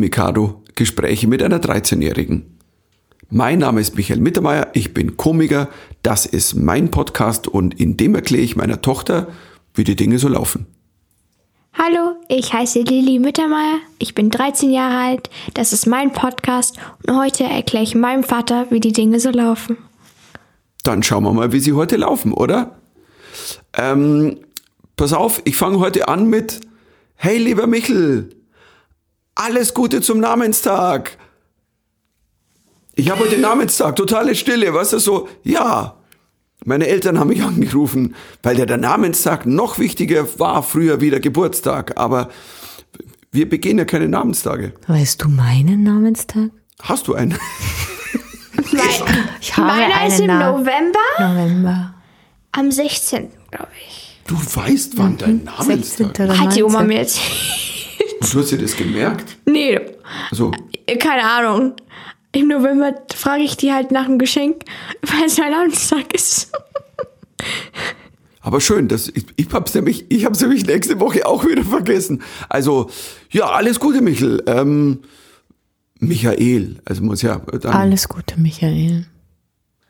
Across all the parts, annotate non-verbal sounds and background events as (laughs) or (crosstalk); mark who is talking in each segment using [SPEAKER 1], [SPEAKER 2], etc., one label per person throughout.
[SPEAKER 1] Synapsen-Mikado-Gespräche mit einer 13-Jährigen. Mein Name ist Michael Mittermeier, ich bin Komiker, das ist mein Podcast und in dem erkläre ich meiner Tochter, wie die Dinge so laufen.
[SPEAKER 2] Hallo, ich heiße Lili Mittermeier, ich bin 13 Jahre alt, das ist mein Podcast und heute erkläre ich meinem Vater, wie die Dinge so laufen.
[SPEAKER 1] Dann schauen wir mal, wie sie heute laufen, oder? Ähm, pass auf, ich fange heute an mit Hey lieber Michel, alles Gute zum Namenstag. Ich habe heute Namenstag, totale Stille, weißt du so, ja. Meine Eltern haben mich (laughs) angerufen, weil ja der Namenstag noch wichtiger war früher wie der Geburtstag, aber wir begehen ja keine Namenstage.
[SPEAKER 3] Weißt du meinen Namenstag?
[SPEAKER 1] Hast du einen? (laughs)
[SPEAKER 3] Ich
[SPEAKER 2] Meiner ist im
[SPEAKER 3] Na-
[SPEAKER 2] November
[SPEAKER 3] November.
[SPEAKER 2] am 16., glaube ich.
[SPEAKER 1] Du weißt, wann dein Namenstag
[SPEAKER 3] 16.
[SPEAKER 1] ist.
[SPEAKER 3] oder
[SPEAKER 2] Hat die Oma
[SPEAKER 3] 19..
[SPEAKER 2] mir jetzt.
[SPEAKER 1] Und Du hast dir das gemerkt? Also,
[SPEAKER 2] nee,
[SPEAKER 1] So,
[SPEAKER 2] keine Ahnung. Im November frage ich die halt nach einem Geschenk, weil es mein Namenstag ist.
[SPEAKER 1] aber schön, das, ich, ich hab's nämlich, ich hab's nämlich nächste Woche auch wieder vergessen. Also, ja, alles Gute, Michel. Ähm, Michael, also muss ja, äh, dann,
[SPEAKER 3] Alles Gute, Michael.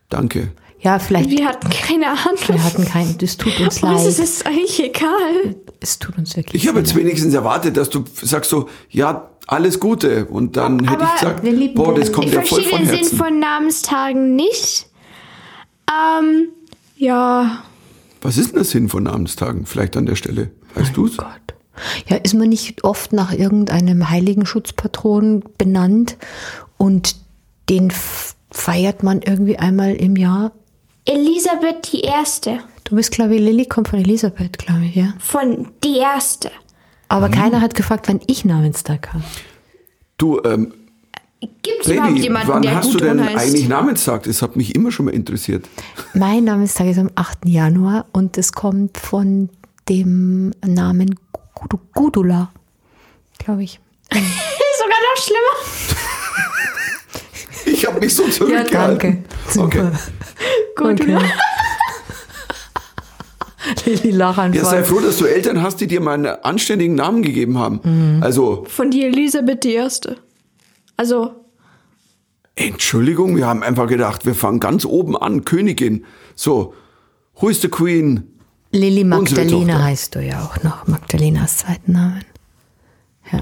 [SPEAKER 1] danke.
[SPEAKER 3] Ja, vielleicht.
[SPEAKER 2] Wir hatten keine Ahnung.
[SPEAKER 3] Wir
[SPEAKER 2] (laughs)
[SPEAKER 3] hatten keinen. Es tut uns
[SPEAKER 2] Uns ist
[SPEAKER 3] leid.
[SPEAKER 2] es eigentlich egal.
[SPEAKER 3] Es tut uns wirklich
[SPEAKER 1] Ich habe jetzt wenigstens erwartet, dass du sagst so, ja, alles Gute. Und dann hätte
[SPEAKER 2] Aber
[SPEAKER 1] ich gesagt,
[SPEAKER 3] wir lieben
[SPEAKER 1] boah, das
[SPEAKER 3] dich.
[SPEAKER 1] kommt
[SPEAKER 2] Ich
[SPEAKER 1] ja voll
[SPEAKER 2] verstehe
[SPEAKER 1] von
[SPEAKER 2] den Sinn
[SPEAKER 1] Herzen.
[SPEAKER 2] von Namenstagen nicht. Ähm, ja.
[SPEAKER 1] Was ist denn der Sinn von Namenstagen? Vielleicht an der Stelle. Weißt du's?
[SPEAKER 3] Gott. Ja, ist man nicht oft nach irgendeinem heiligen Schutzpatron benannt und den f- feiert man irgendwie einmal im Jahr?
[SPEAKER 2] Elisabeth die Erste.
[SPEAKER 3] Du bist, glaube ich, Lilly kommt von Elisabeth, glaube ich, ja.
[SPEAKER 2] Von die Erste.
[SPEAKER 1] Mhm.
[SPEAKER 3] Aber keiner hat gefragt, wann ich Namenstag habe.
[SPEAKER 1] Du, ähm,
[SPEAKER 2] Gibt es überhaupt
[SPEAKER 1] Baby,
[SPEAKER 2] jemanden,
[SPEAKER 1] wann
[SPEAKER 2] der
[SPEAKER 1] hast du
[SPEAKER 2] Gudrun
[SPEAKER 1] denn
[SPEAKER 2] heißt?
[SPEAKER 1] eigentlich Namenstag? Das hat mich immer schon mal interessiert.
[SPEAKER 3] Mein Namenstag ist am 8. Januar und es kommt von dem Namen Gudu- Gudula,
[SPEAKER 2] (laughs)
[SPEAKER 3] glaube ich.
[SPEAKER 2] Ist sogar noch schlimmer.
[SPEAKER 1] Ich habe mich so
[SPEAKER 2] (laughs)
[SPEAKER 1] zurückgehalten. Okay.
[SPEAKER 2] Gudula.
[SPEAKER 1] Ja,
[SPEAKER 3] Lilly
[SPEAKER 1] sei
[SPEAKER 3] Lachanfall.
[SPEAKER 1] froh, dass du Eltern hast, die dir mal einen anständigen Namen gegeben haben. Also,
[SPEAKER 2] Von die Elisabeth die Erste. Also,
[SPEAKER 1] Entschuldigung, wir haben einfach gedacht, wir fangen ganz oben an, Königin. So, who is the Queen?
[SPEAKER 3] Lilly
[SPEAKER 1] Unsere
[SPEAKER 3] Magdalena
[SPEAKER 1] Tochter.
[SPEAKER 3] heißt du ja auch noch. Magdalenas zweiten Namen.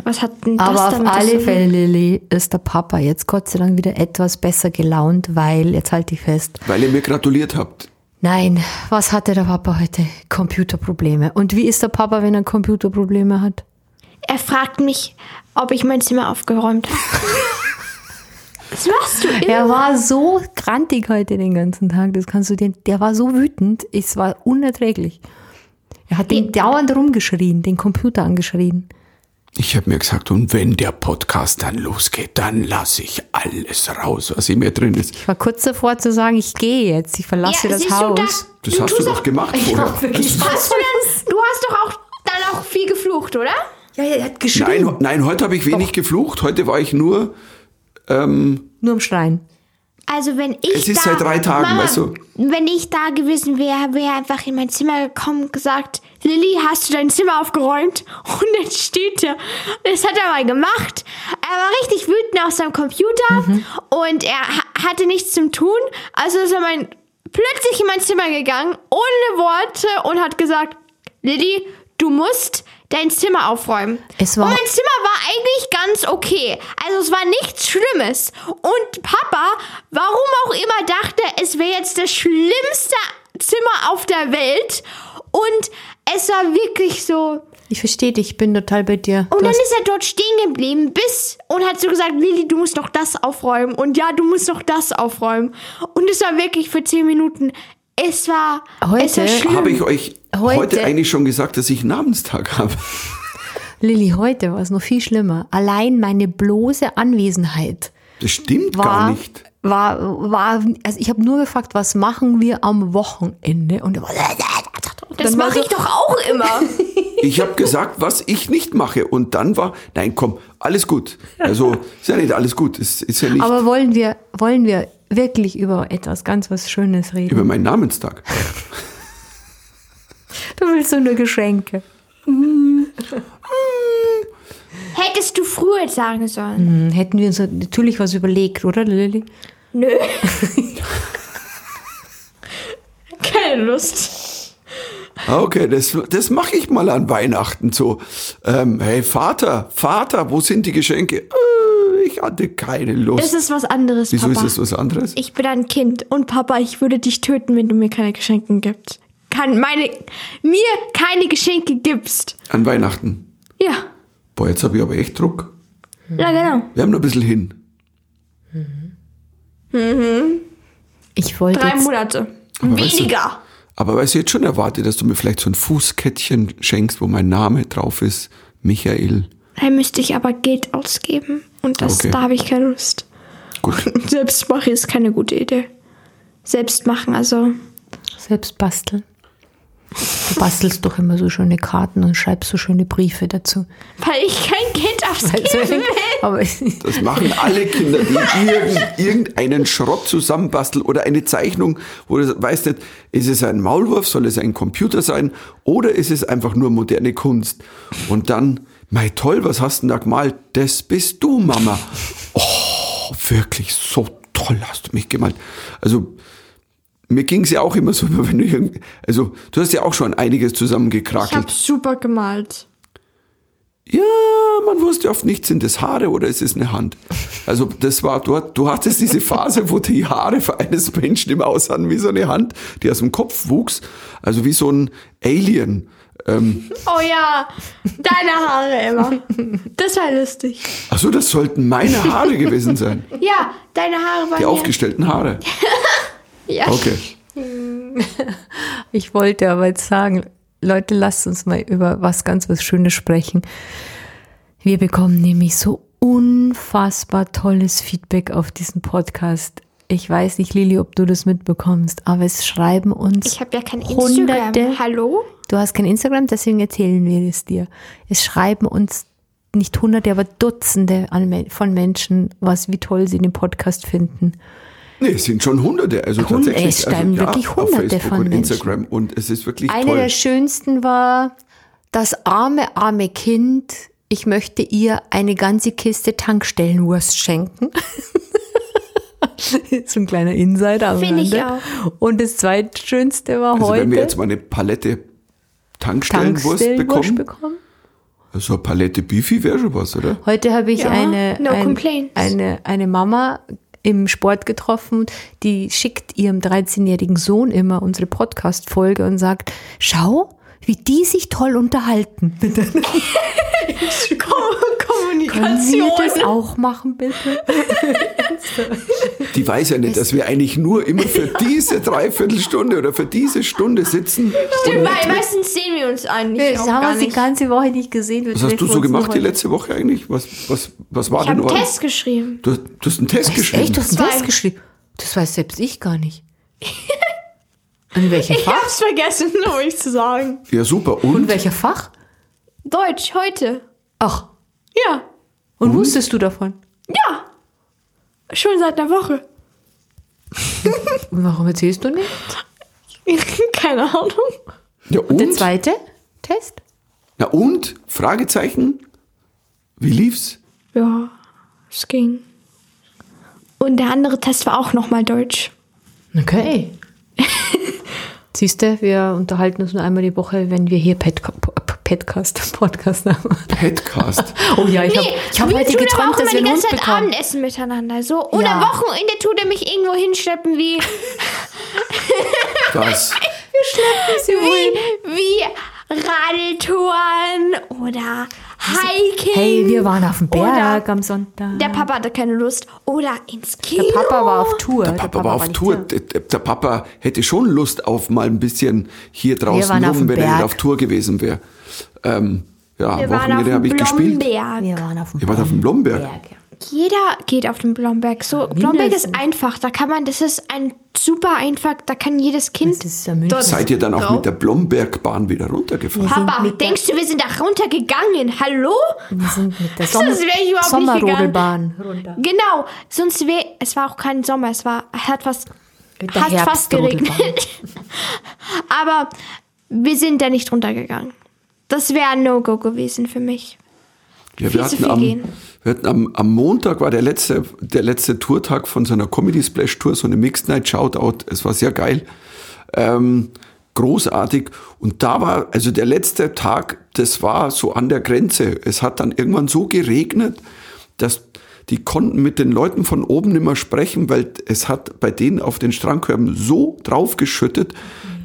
[SPEAKER 2] was hat denn das
[SPEAKER 3] Aber auf
[SPEAKER 2] damit zu
[SPEAKER 3] alle
[SPEAKER 2] tun?
[SPEAKER 3] Fälle, Lilly, ist der Papa jetzt Gott sei Dank wieder etwas besser gelaunt, weil, jetzt halte ich fest,
[SPEAKER 1] Weil ihr mir gratuliert habt.
[SPEAKER 3] nein, was hatte der Papa heute? Computerprobleme. Und wie ist der Papa, wenn er Computerprobleme hat?
[SPEAKER 2] Er fragt mich, ob ich mein Zimmer aufgeräumt habe. was machst du
[SPEAKER 3] Er
[SPEAKER 2] immer?
[SPEAKER 3] war so grantig heute den ganzen Tag, das kannst du dir, der war so wütend, es war unerträglich. Er hat den dauernd rumgeschrien, den Computer angeschrien.
[SPEAKER 1] Ich habe mir gesagt, und wenn der Podcast dann losgeht, dann lasse ich alles raus, was in mir drin ist.
[SPEAKER 3] Ich war kurz davor zu sagen, ich gehe jetzt, ich verlasse das Haus.
[SPEAKER 1] Das hast du doch gemacht vorher.
[SPEAKER 2] Du, hast du, dann, du hast doch auch dann auch viel geflucht, oder?
[SPEAKER 3] Ja, ja, er hat geschrien.
[SPEAKER 1] Nein, nein, heute habe ich wenig geflucht. Heute war ich nur.
[SPEAKER 3] Nur im Schreien.
[SPEAKER 2] Also wenn ich
[SPEAKER 1] Es ist
[SPEAKER 2] da,
[SPEAKER 1] seit drei Tagen,
[SPEAKER 2] Mama,
[SPEAKER 1] weißt du?
[SPEAKER 2] Wenn ich da gewesen wäre, wäre er einfach in mein Zimmer gekommen und gesagt, Lilly, hast du dein Zimmer aufgeräumt? Und dann steht er. Das hat er mal gemacht. Er war richtig wütend auf seinem Computer und er ha hatte nichts zum Tun. Also ist er mein, plötzlich in mein Zimmer gegangen, ohne Worte und hat gesagt, Lilly, du musst dein Zimmer aufräumen.
[SPEAKER 3] Es war-
[SPEAKER 2] und mein Zimmer war eigentlich ganz okay. Also es war nichts Schlimmes. Und Papa, warum auch immer, dachte, es wäre jetzt das schlimmste Zimmer auf der Welt. Und es war wirklich so.
[SPEAKER 3] Ich verstehe dich, ich bin total bei dir.
[SPEAKER 2] Und
[SPEAKER 3] Du
[SPEAKER 2] dann
[SPEAKER 3] hast,
[SPEAKER 2] ist er dort stehen geblieben, bis und hat so gesagt, Lilly, du musst noch das aufräumen. Und ja, du musst noch das aufräumen. Und es war wirklich für zehn Minuten. Es war. es war
[SPEAKER 3] Heute
[SPEAKER 2] schlimm.
[SPEAKER 1] Habe ich euch heute,
[SPEAKER 3] Heute-
[SPEAKER 1] eigentlich schon gesagt, dass ich Namenstag habe?
[SPEAKER 3] Lilly, heute war es noch viel schlimmer. Allein meine bloße Anwesenheit
[SPEAKER 1] Das stimmt gar
[SPEAKER 3] war,
[SPEAKER 1] nicht.
[SPEAKER 3] war, war, also ich habe nur gefragt, was machen wir am Wochenende? Und
[SPEAKER 2] das mache ich doch auch immer.
[SPEAKER 1] Ich habe gesagt, was ich nicht mache. Und dann war, nein, komm, alles gut. Also, ist ja nicht alles gut. Es ist ja nicht
[SPEAKER 3] Aber wollen wir, wollen wir wirklich über etwas ganz was Schönes reden?
[SPEAKER 1] über meinen Namenstag.
[SPEAKER 3] Du willst so nur Geschenke.
[SPEAKER 2] Hättest du früher sagen sollen.
[SPEAKER 3] Hm, Hätten wir uns natürlich was überlegt, oder Lilly?
[SPEAKER 2] Nö. (laughs) Keine Lust.
[SPEAKER 1] Ah, Okay, das, das mache ich mal an Weihnachten so. Ähm, hey Vater, Vater, wo sind die Geschenke? Äh, ich hatte keine Lust.
[SPEAKER 2] Es ist was anderes,
[SPEAKER 1] Wieso
[SPEAKER 2] Papa.
[SPEAKER 1] ist das was anderes?
[SPEAKER 2] Ich bin ein Kind und Papa, ich würde dich töten, wenn du mir keine Geschenke gibst. Kann meine mir keine Geschenke gibst.
[SPEAKER 1] An Weihnachten.
[SPEAKER 2] Ja.
[SPEAKER 1] Boah, jetzt habe ich aber echt Druck.
[SPEAKER 2] Ja, genau.
[SPEAKER 1] Wir haben noch ein bisschen hin.
[SPEAKER 3] Ich wollte
[SPEAKER 2] Drei
[SPEAKER 3] jetzt,
[SPEAKER 2] Monate.
[SPEAKER 1] Aber weißt du-
[SPEAKER 2] Weniger.
[SPEAKER 1] Aber weißt du, jetzt schon erwarte, dass du mir vielleicht so ein Fußkettchen schenkst, wo mein Name drauf ist. Michael.
[SPEAKER 2] Da müsste ich aber Geld ausgeben. Und das,
[SPEAKER 1] Okay.
[SPEAKER 2] da habe ich keine Lust.
[SPEAKER 1] Gut.
[SPEAKER 2] Selbst machen ist keine gute Idee. Selbst machen, also.
[SPEAKER 3] selbst basteln. Du bastelst doch immer so schöne Karten und schreibst so schöne Briefe dazu.
[SPEAKER 2] Weil ich
[SPEAKER 1] (laughs)
[SPEAKER 2] kein Geld
[SPEAKER 3] Also,
[SPEAKER 2] ausgeben will.
[SPEAKER 3] aber
[SPEAKER 1] Das machen alle Kinder, die irgend, irgendeinen Schrott zusammenbasteln oder eine Zeichnung, wo du weißt nicht, ist es ein Maulwurf, soll es ein Computer sein oder ist es einfach nur moderne Kunst? Und dann, mei toll, was hast du denn da gemalt? Das bist du, Mama. Oh, wirklich so toll hast du mich gemalt. Also mir ging es ja auch immer so, (laughs) wenn du irgend, also du hast ja auch schon einiges
[SPEAKER 2] Ich
[SPEAKER 1] zusammengekrackelt.
[SPEAKER 2] habe super gemalt.
[SPEAKER 1] Ja, man wusste oft nicht, sind es Haare oder ist es eine Hand. Also das war, du, hat- du hattest diese Phase, wo die Haare für eines Menschen immer aussahen wie so eine Hand, die aus dem Kopf wuchs, also wie so ein Alien.
[SPEAKER 2] Oh ja, deine Haare immer. Das war lustig.
[SPEAKER 1] Also das sollten meine Haare gewesen
[SPEAKER 3] (laughs)
[SPEAKER 1] sein,
[SPEAKER 2] Ja, deine Haare waren.
[SPEAKER 1] die
[SPEAKER 2] ja-
[SPEAKER 1] aufgestellten Haare.
[SPEAKER 2] Ja.
[SPEAKER 1] Okay.
[SPEAKER 3] Ich wollte aber jetzt sagen, Leute, lasst uns mal über was ganz was Schönes sprechen. Wir bekommen nämlich so unfassbar tolles Feedback auf diesen Podcast. Ich weiß nicht, Lili, ob du das mitbekommst, aber es schreiben uns.
[SPEAKER 2] Ich habe ja kein Instagram.
[SPEAKER 3] Hunderte-
[SPEAKER 2] Hallo?
[SPEAKER 3] Du hast kein Instagram, deswegen erzählen wir es dir. Es schreiben uns nicht hunderte, aber Dutzende an Men- von Menschen, was wie toll sie den Podcast finden.
[SPEAKER 1] Nee, es sind schon hunderte, also
[SPEAKER 3] Hund-
[SPEAKER 1] tatsächlich.
[SPEAKER 3] es steigen
[SPEAKER 1] also,
[SPEAKER 3] wirklich
[SPEAKER 1] auf
[SPEAKER 3] hunderte
[SPEAKER 1] Facebook
[SPEAKER 3] von
[SPEAKER 1] und
[SPEAKER 3] Menschen.
[SPEAKER 1] Instagram und es ist wirklich
[SPEAKER 3] Eine
[SPEAKER 1] toll.
[SPEAKER 3] der schönsten war, das arme, arme Kind, ich möchte ihr eine ganze Kiste Tankstellenwurst schenken. (laughs) so ein kleiner Insider. am
[SPEAKER 2] Finde ich
[SPEAKER 3] Rande. Und das zweitschönste war
[SPEAKER 1] Also wenn wir
[SPEAKER 3] heute
[SPEAKER 1] jetzt mal eine Palette Tankstellenwurst
[SPEAKER 3] Tankstellenwurst
[SPEAKER 1] bekommen,
[SPEAKER 3] bekommen.
[SPEAKER 1] also eine Palette Beefy wäre schon was, oder?
[SPEAKER 3] Heute habe ich
[SPEAKER 2] Ja,
[SPEAKER 3] eine,
[SPEAKER 2] no
[SPEAKER 3] ein,
[SPEAKER 2] complaints.
[SPEAKER 3] eine, eine Mama im Sport getroffen, die schickt ihrem 13-jährigen Sohn immer unsere Podcast-Folge und sagt, schau, wie die sich toll unterhalten. Können Sie das auch machen, (laughs) bitte?
[SPEAKER 1] Die weiß ja nicht, dass wir eigentlich nur immer für diese Dreiviertelstunde oder für diese Stunde sitzen.
[SPEAKER 2] Stimmt, weil meistens sehen wir uns eigentlich
[SPEAKER 3] Das
[SPEAKER 2] auch
[SPEAKER 3] haben wir
[SPEAKER 2] gar
[SPEAKER 3] uns die
[SPEAKER 2] nicht.
[SPEAKER 3] ganze Woche nicht gesehen. Wir
[SPEAKER 1] Was hast du
[SPEAKER 3] treffen
[SPEAKER 1] so
[SPEAKER 3] uns
[SPEAKER 1] gemacht
[SPEAKER 3] nur
[SPEAKER 1] die
[SPEAKER 3] heute.
[SPEAKER 1] letzte Woche eigentlich? Was, was, was war
[SPEAKER 2] Ich habe
[SPEAKER 1] denn
[SPEAKER 2] einen
[SPEAKER 1] heute?
[SPEAKER 2] Test geschrieben.
[SPEAKER 1] Du, du hast einen Test
[SPEAKER 3] Echt,
[SPEAKER 1] geschrieben.
[SPEAKER 3] Echt, du hast
[SPEAKER 2] Zwei.
[SPEAKER 3] das geschrieben? Das weiß selbst ich gar (laughs) nicht. In welchem
[SPEAKER 2] Ich
[SPEAKER 3] Fach?
[SPEAKER 2] hab's vergessen, (laughs) um euch zu sagen.
[SPEAKER 1] ja, super.
[SPEAKER 3] In
[SPEAKER 1] Und?
[SPEAKER 3] welcher Fach?
[SPEAKER 2] Deutsch, heute.
[SPEAKER 3] Ach,
[SPEAKER 2] Ja.
[SPEAKER 3] und wusstest du davon?
[SPEAKER 2] Ja. Schon seit einer Woche.
[SPEAKER 3] Und warum erzählst du nicht?
[SPEAKER 2] (laughs) Keine Ahnung.
[SPEAKER 1] Ja, und?
[SPEAKER 3] Der zweite Test?
[SPEAKER 1] Na und? Fragezeichen? Wie lief's?
[SPEAKER 2] Ja, es ging. Und der andere Test war auch nochmal Deutsch.
[SPEAKER 3] Okay. (laughs) Siehst du, wir unterhalten uns nur einmal die Woche, wenn wir hier Petco- P- Petcast, Podcast (laughs) haben.
[SPEAKER 1] Headcast.
[SPEAKER 3] Oh ja, ich habe
[SPEAKER 2] Nee,
[SPEAKER 3] hab
[SPEAKER 2] wir
[SPEAKER 3] heute
[SPEAKER 2] tun aber
[SPEAKER 3] geträumt,
[SPEAKER 2] auch immer
[SPEAKER 3] dass wir
[SPEAKER 2] die
[SPEAKER 3] einen Hund
[SPEAKER 2] ganze Zeit
[SPEAKER 3] bekommen.
[SPEAKER 2] Abendessen miteinander. So. Oder
[SPEAKER 3] Ja.
[SPEAKER 2] Wochenende tut er mich irgendwo hinschleppen wie,
[SPEAKER 1] Was?
[SPEAKER 2] wie, wie Radeltouren oder Hiking.
[SPEAKER 3] Hey, wir waren auf dem
[SPEAKER 2] Oder-
[SPEAKER 3] Berg am Sonntag.
[SPEAKER 2] Der Papa hatte keine Lust. Oder ins Kino.
[SPEAKER 3] Der Papa war auf Tour.
[SPEAKER 1] Der Papa war auf
[SPEAKER 3] nicht
[SPEAKER 1] Tour.
[SPEAKER 3] da.
[SPEAKER 1] Der, der der Papa hätte schon Lust auf mal ein bisschen hier draußen
[SPEAKER 3] waren auf
[SPEAKER 1] rum,
[SPEAKER 3] dem
[SPEAKER 1] wenn er nicht
[SPEAKER 3] Berg.
[SPEAKER 1] auf Tour gewesen wäre. Ähm, ja,
[SPEAKER 2] Wir
[SPEAKER 1] am
[SPEAKER 2] waren auf
[SPEAKER 1] Wochenende
[SPEAKER 2] dem
[SPEAKER 1] habe ich gespielt.
[SPEAKER 2] Blomberg.
[SPEAKER 3] Wir waren auf dem
[SPEAKER 1] Ihr wart auf dem Blomberg.
[SPEAKER 3] Berg. ja.
[SPEAKER 2] Jeder geht auf den Blomberg. So, Blomberg ist einfach. Da kann man, das ist ein super einfach. Da kann jedes Kind.
[SPEAKER 3] Das ist ja München.
[SPEAKER 2] dort-
[SPEAKER 1] Seid ihr dann auch
[SPEAKER 2] Oh.
[SPEAKER 1] mit der Blombergbahn wieder runtergefahren?
[SPEAKER 2] Papa,
[SPEAKER 3] mit der-
[SPEAKER 2] denkst du, wir sind da runtergegangen? Hallo?
[SPEAKER 3] Wir sind mit der
[SPEAKER 2] Sonst wäre ich überhaupt nicht
[SPEAKER 3] Sommerrodelbahn runter.
[SPEAKER 2] Genau, sonst wäre. Es war auch kein Sommer, es war. hat fast.
[SPEAKER 3] Mit der
[SPEAKER 2] hat fast
[SPEAKER 3] Herbstrodelbahn.
[SPEAKER 2] geregnet. (laughs) Aber wir sind da nicht runtergegangen. Das wäre ein No-Go gewesen für mich.
[SPEAKER 1] Ja,
[SPEAKER 2] Viel
[SPEAKER 1] wir,
[SPEAKER 2] zu
[SPEAKER 1] hatten
[SPEAKER 2] viel
[SPEAKER 1] am,
[SPEAKER 2] gehen.
[SPEAKER 1] wir hatten am, am Montag war der letzte, der letzte Tourtag von so einer Comedy Splash Tour, so eine Mixed Night Shoutout. Es war sehr geil. Ähm, großartig. Und da war, also der letzte Tag, das war so an der Grenze. Es hat dann irgendwann so geregnet, dass die konnten mit den Leuten von oben nicht mehr sprechen, weil es hat bei denen auf den Strandkörben so draufgeschüttet,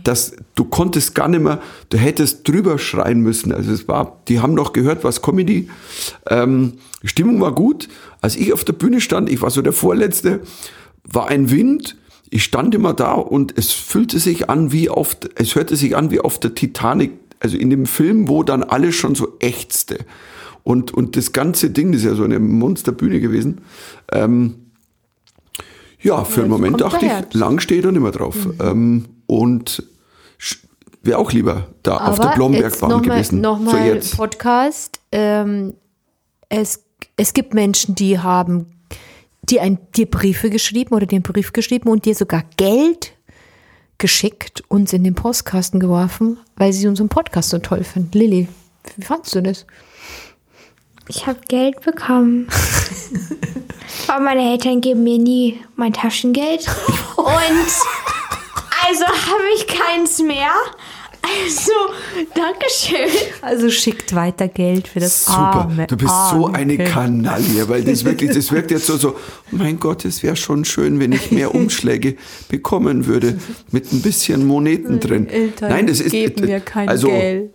[SPEAKER 1] dass du konntest gar nicht mehr, du hättest drüber schreien müssen. Also es war, die haben noch gehört, was Comedy. Ähm, die Stimmung war gut. Als ich auf der Bühne stand, ich war so der Vorletzte, war ein Wind. Ich stand immer da und es fühlte sich an wie auf, es hörte sich an wie auf der Titanic, also in dem Film, wo dann alles schon so ächzte. Und, und das ganze Ding das ist ja so eine Monsterbühne gewesen. Ähm, ja, für einen Moment
[SPEAKER 3] kommt
[SPEAKER 1] dachte
[SPEAKER 3] daher. Mhm.
[SPEAKER 1] ich, lang steht er nicht mehr drauf. Ähm, und wäre auch lieber da auf der Blombergbahn
[SPEAKER 3] nochmal,
[SPEAKER 1] gewesen. so
[SPEAKER 3] Nochmal
[SPEAKER 1] jetzt.
[SPEAKER 3] Podcast. Ähm, es, es gibt Menschen, die haben die ein, dir Briefe geschrieben oder den Brief geschrieben und dir sogar Geld geschickt und in den Postkasten geworfen, weil sie unseren Podcast so toll finden. Lilly, wie fandst du das?
[SPEAKER 2] Ich habe Geld bekommen. (laughs) Aber meine Eltern geben mir nie mein Taschengeld. Und also habe ich keins mehr. Also, Dankeschön.
[SPEAKER 3] Also schickt weiter Geld für das
[SPEAKER 1] Super,
[SPEAKER 3] arme,
[SPEAKER 1] du bist so
[SPEAKER 3] arme
[SPEAKER 1] eine
[SPEAKER 3] Kind.
[SPEAKER 1] Kanaille, weil das wirklich, das wirkt jetzt so, so oh mein Gott, es wäre schon schön, wenn ich mehr
[SPEAKER 3] (laughs)
[SPEAKER 1] Umschläge bekommen würde mit ein bisschen Moneten drin.
[SPEAKER 3] Eltern
[SPEAKER 1] Nein, das ist
[SPEAKER 3] geben mir kein
[SPEAKER 1] also,
[SPEAKER 3] Geld.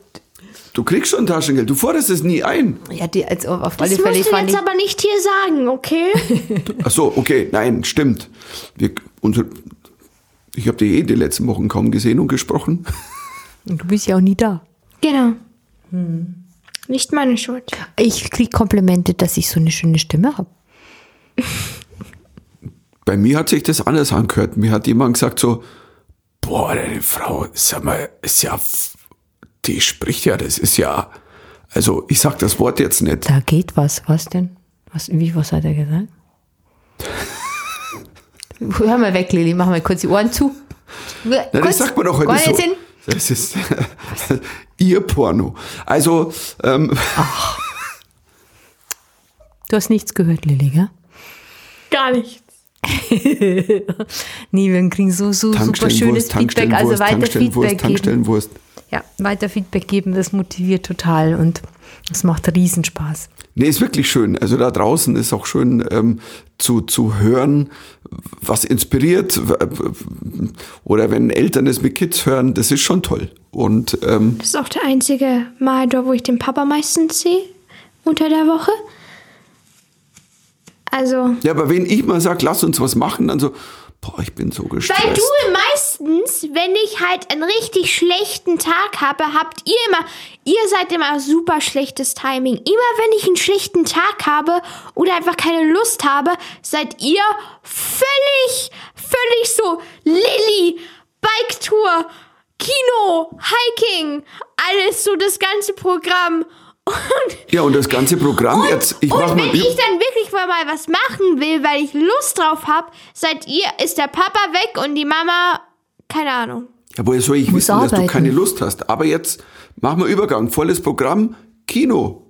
[SPEAKER 1] Du kriegst schon Taschengeld, du forderst es nie ein.
[SPEAKER 3] Ja, die, also auf alle
[SPEAKER 2] Das
[SPEAKER 3] Fälle
[SPEAKER 2] musst du
[SPEAKER 3] fand
[SPEAKER 2] jetzt
[SPEAKER 3] ich,
[SPEAKER 2] aber nicht hier sagen, okay? (laughs)
[SPEAKER 1] Ach so, okay, nein, stimmt. Wir, unsere, ich habe die eh die letzten Wochen kaum gesehen und gesprochen.
[SPEAKER 3] du bist ja auch nie da.
[SPEAKER 2] Genau. Hm. Nicht meine Schuld.
[SPEAKER 3] Ich krieg Komplimente, dass ich so eine schöne Stimme habe.
[SPEAKER 1] Bei mir hat sich das anders angehört. Mir hat jemand gesagt so, boah, deine Frau, sag mal, ist ja, f- die spricht ja, das ist ja, also ich sag das Wort jetzt nicht.
[SPEAKER 3] Da geht was. Was denn? Was, wie, was hat er (laughs) gesagt? Hör mal weg, Lilly, mach mal kurz die Ohren zu.
[SPEAKER 1] Na, das sagt man doch heute so. Das ist (laughs) ihr Porno. Also, ähm,
[SPEAKER 3] Du hast nichts gehört, Lilly, gell?
[SPEAKER 2] Gar nicht.
[SPEAKER 3] Nee, wir kriegen so, so super
[SPEAKER 1] Tankstellenwurst,
[SPEAKER 3] schönes Feedback. Also
[SPEAKER 1] Tankstellenwurst,
[SPEAKER 3] weiter
[SPEAKER 1] Tankstellenwurst,
[SPEAKER 3] Feedback geben.
[SPEAKER 1] Tankstellenwurst.
[SPEAKER 3] Ja, weiter Feedback geben, das motiviert total und es macht Riesenspaß.
[SPEAKER 1] Nee, ist wirklich schön. Also da draußen ist auch schön ähm, zu, zu hören, was inspiriert. w- w- Oder wenn Eltern es mit Kids hören, das ist schon toll. Und ähm,
[SPEAKER 2] Das ist auch der einzige Mal dort, wo ich den Papa meistens sehe. Unter der Woche. Also.
[SPEAKER 1] ja, aber wenn ich mal sage, lass uns was machen, dann so, boah, ich bin so gestresst.
[SPEAKER 2] Weil du meistens, wenn ich halt einen richtig schlechten Tag habe, habt ihr immer, ihr seid immer super schlechtes Timing. Immer wenn ich einen schlechten Tag habe oder einfach keine Lust habe, seid ihr völlig, völlig so Lilly, Biketour, Kino, Hiking, alles so das ganze Programm. Und
[SPEAKER 1] ja, und das ganze Programm jetzt, ich
[SPEAKER 2] und
[SPEAKER 1] mach mal.
[SPEAKER 2] wenn ich dann wirklich mal, mal was machen will, weil ich Lust drauf habe, seid ihr, ist der Papa weg und die Mama, keine Ahnung.
[SPEAKER 1] ja, woher soll ich
[SPEAKER 3] muss
[SPEAKER 1] wissen, dass du
[SPEAKER 3] arbeiten.
[SPEAKER 1] keine Lust hast? Aber jetzt mach mal Übergang. Volles Programm, Kino.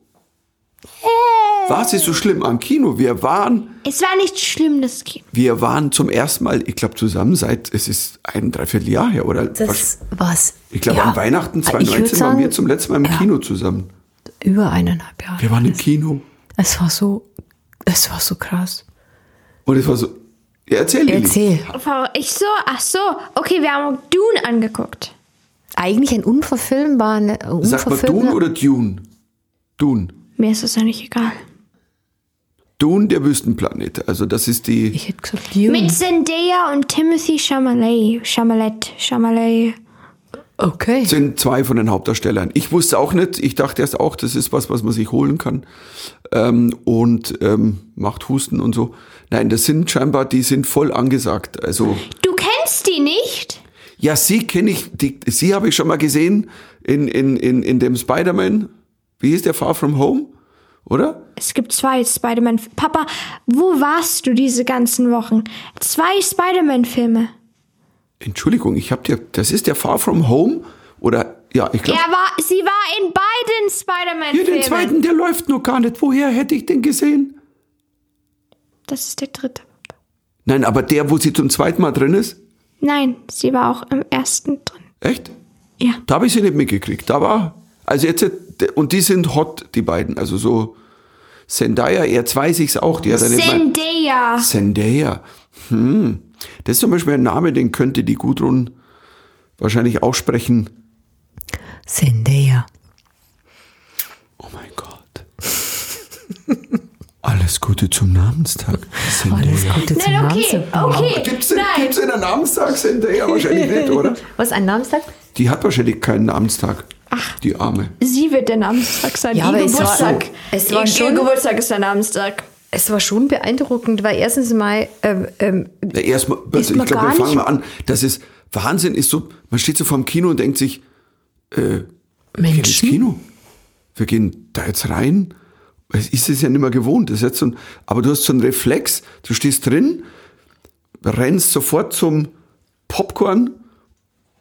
[SPEAKER 1] Was ist so schlimm am Kino? Wir waren
[SPEAKER 2] Es war nicht schlimm, das Kind.
[SPEAKER 1] Wir waren zum ersten Mal, ich glaube, zusammen seit, es ist ein Dreivierteljahr her, oder?
[SPEAKER 3] Das was?
[SPEAKER 1] ich glaube,
[SPEAKER 3] ja,
[SPEAKER 1] an Weihnachten
[SPEAKER 3] ich würd
[SPEAKER 1] 2019 waren wir
[SPEAKER 3] sagen,
[SPEAKER 1] zum letzten Mal im
[SPEAKER 3] ja,
[SPEAKER 1] Kino zusammen.
[SPEAKER 3] Über eineinhalb Jahre.
[SPEAKER 1] Wir waren im Kino.
[SPEAKER 3] Es war so, es war so krass.
[SPEAKER 1] Und es war so, ja, erzähl, Lili.
[SPEAKER 3] Erzähl.
[SPEAKER 2] Ich so, ach so, okay, wir haben Dune angeguckt.
[SPEAKER 3] Eigentlich ein unverfilmbarer, äh,
[SPEAKER 1] Sagt man Dune
[SPEAKER 3] unverfilmbarer
[SPEAKER 1] oder Dune? Dune.
[SPEAKER 2] Mir ist das eigentlich egal.
[SPEAKER 1] Hm. Dune, der Wüstenplanet. Also das ist die,
[SPEAKER 3] ich hätte gesagt, Dune.
[SPEAKER 2] Mit Zendaya und Timothy Chalamet, Chalamet, Chalamet.
[SPEAKER 3] okay.
[SPEAKER 1] sind zwei von den Hauptdarstellern. Ich wusste auch nicht, ich dachte erst auch, das ist was, was man sich holen kann. Ähm, und ähm, macht Husten und so. Nein, das sind scheinbar, die sind voll angesagt. Also...
[SPEAKER 2] Du kennst die nicht?
[SPEAKER 1] Ja, sie kenne ich, die, sie habe ich schon mal gesehen in, in, in, in dem Spider-Man. Wie hieß der Far From Home? Oder?
[SPEAKER 2] Es gibt zwei Spider-Man. Papa, wo warst du diese ganzen Wochen? Zwei Spider-Man-Filme.
[SPEAKER 1] Entschuldigung, ich habe dir, das ist der Far From Home oder Ja, ich glaube.
[SPEAKER 2] Er war, sie war in
[SPEAKER 1] Hier,
[SPEAKER 2] beiden Spider-Man-Filmen.
[SPEAKER 1] den zweiten, der läuft noch gar nicht. Woher hätte ich den gesehen?
[SPEAKER 2] Das ist der dritte.
[SPEAKER 1] Nein, aber der, wo sie zum zweiten Mal drin ist?
[SPEAKER 2] Nein, sie war auch im ersten drin.
[SPEAKER 1] Echt?
[SPEAKER 2] Ja.
[SPEAKER 1] Da habe ich sie nicht mitgekriegt. Da war. Also jetzt. Und die sind hot, die beiden. Also so. Zendaya, jetzt weiß ich's auch. Die hat ja nicht mal.
[SPEAKER 2] Zendaya.
[SPEAKER 1] Zendaya. Hm. Das ist zum Beispiel ein Name, den könnte die Gudrun wahrscheinlich aussprechen.
[SPEAKER 3] Zendaya.
[SPEAKER 1] Oh mein Gott. (laughs) Alles Gute zum Namenstag.
[SPEAKER 3] Alles
[SPEAKER 1] Zendaya.
[SPEAKER 3] Gute zum
[SPEAKER 2] Nein, okay,
[SPEAKER 3] Namenstag.
[SPEAKER 2] okay.
[SPEAKER 1] Gibt's denn, gibt's denn einen Namenstag, Zendaya? Wahrscheinlich nicht, oder?
[SPEAKER 3] Was, ein Namenstag?
[SPEAKER 1] Die hat wahrscheinlich keinen Namenstag. Ach. Die Arme.
[SPEAKER 2] Sie wird der Namenstag sein.
[SPEAKER 3] Ja,
[SPEAKER 2] ihr
[SPEAKER 3] aber es war-
[SPEAKER 2] Geburtstag.
[SPEAKER 3] es war
[SPEAKER 2] ihr,
[SPEAKER 3] schon-
[SPEAKER 2] ihr Geburtstag ist der Namenstag.
[SPEAKER 3] Es war schon beeindruckend, weil erstens mal, ähm, ähm,
[SPEAKER 1] Na, erstmal,
[SPEAKER 3] Ist
[SPEAKER 1] also ich
[SPEAKER 3] man
[SPEAKER 1] glaube,
[SPEAKER 3] gar
[SPEAKER 1] wir fangen
[SPEAKER 3] nicht-
[SPEAKER 1] mal an. Das ist, Wahnsinn ist so, man steht so vorm Kino und denkt sich, wir gehen ins
[SPEAKER 3] Menschen.
[SPEAKER 1] Kino. Wir gehen da jetzt rein. Es ist es ja nicht mehr gewohnt. Das ist jetzt so ein, aber du hast so einen Reflex, du stehst drin, rennst sofort zum Popcorn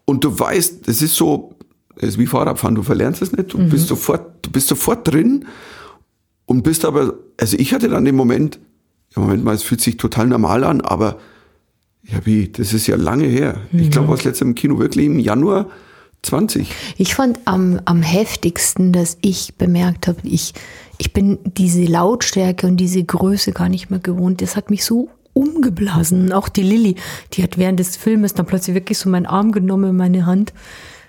[SPEAKER 1] und du weißt, es ist so, es ist wie Fahrradfahren, du verlernst es nicht, du bist sofort, du bist sofort drin und bist aber, also ich hatte dann den Moment, ja, Moment mal, es fühlt sich total normal an, aber ja, wie, das ist ja lange her. Ich glaube, aus letztem Kino wirklich im Januar 20.
[SPEAKER 3] Ich fand am, am heftigsten, dass ich bemerkt habe, ich, ich bin diese Lautstärke und diese Größe gar nicht mehr gewohnt. Das hat mich so umgeblasen. Und Auch die Lilly, die hat während des Filmes dann plötzlich wirklich so meinen Arm genommen, meine Hand.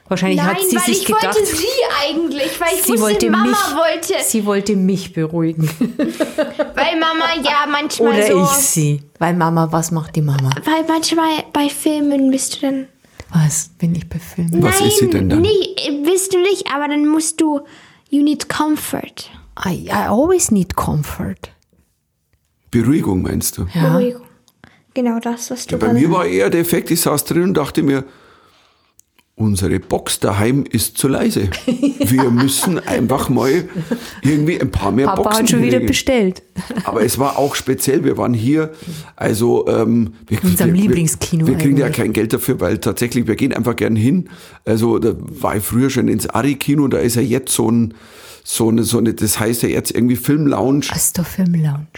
[SPEAKER 3] Wahrscheinlich
[SPEAKER 2] Nein,
[SPEAKER 3] hat sie
[SPEAKER 2] weil
[SPEAKER 3] sich
[SPEAKER 2] ich
[SPEAKER 3] gedacht,
[SPEAKER 2] wollte sie eigentlich, weil ich
[SPEAKER 3] sie
[SPEAKER 2] wusste,
[SPEAKER 3] wollte
[SPEAKER 2] Mama
[SPEAKER 3] mich,
[SPEAKER 2] wollte.
[SPEAKER 3] sie wollte mich beruhigen.
[SPEAKER 2] Weil Mama ja manchmal
[SPEAKER 3] Oder
[SPEAKER 2] so.
[SPEAKER 3] ich sie. Weil Mama, was macht die Mama?
[SPEAKER 2] Weil manchmal bei Filmen bist du dann.
[SPEAKER 3] Was bin ich bei Filmen?
[SPEAKER 1] Was ist sie denn dann?
[SPEAKER 2] Nee, bist du nicht, aber dann musst du. You need comfort.
[SPEAKER 3] I, I always need comfort.
[SPEAKER 1] Beruhigung meinst du?
[SPEAKER 3] Ja.
[SPEAKER 2] Beruhigung. Genau das, was du
[SPEAKER 1] Bei mir war eher der Effekt, ich saß drin und dachte mir, unsere Box daheim ist zu leise.
[SPEAKER 3] (laughs)
[SPEAKER 1] Wir müssen einfach mal irgendwie ein paar mehr
[SPEAKER 3] Papa
[SPEAKER 1] Boxen
[SPEAKER 3] hat schon wieder
[SPEAKER 1] hinlegen.
[SPEAKER 3] bestellt.
[SPEAKER 1] Aber es war auch speziell. Wir waren hier, also ähm, wir,
[SPEAKER 3] Unserem
[SPEAKER 1] wir,
[SPEAKER 3] Lieblingskino
[SPEAKER 1] Wir, wir kriegen ja
[SPEAKER 3] eigentlich.
[SPEAKER 1] kein Geld dafür, weil tatsächlich wir gehen einfach gern hin. Also da war ich früher schon ins Ari-Kino, da ist ja jetzt so ein so eine, so eine, das heißt ja jetzt irgendwie Filmlounge.
[SPEAKER 3] Astofilm Lounge.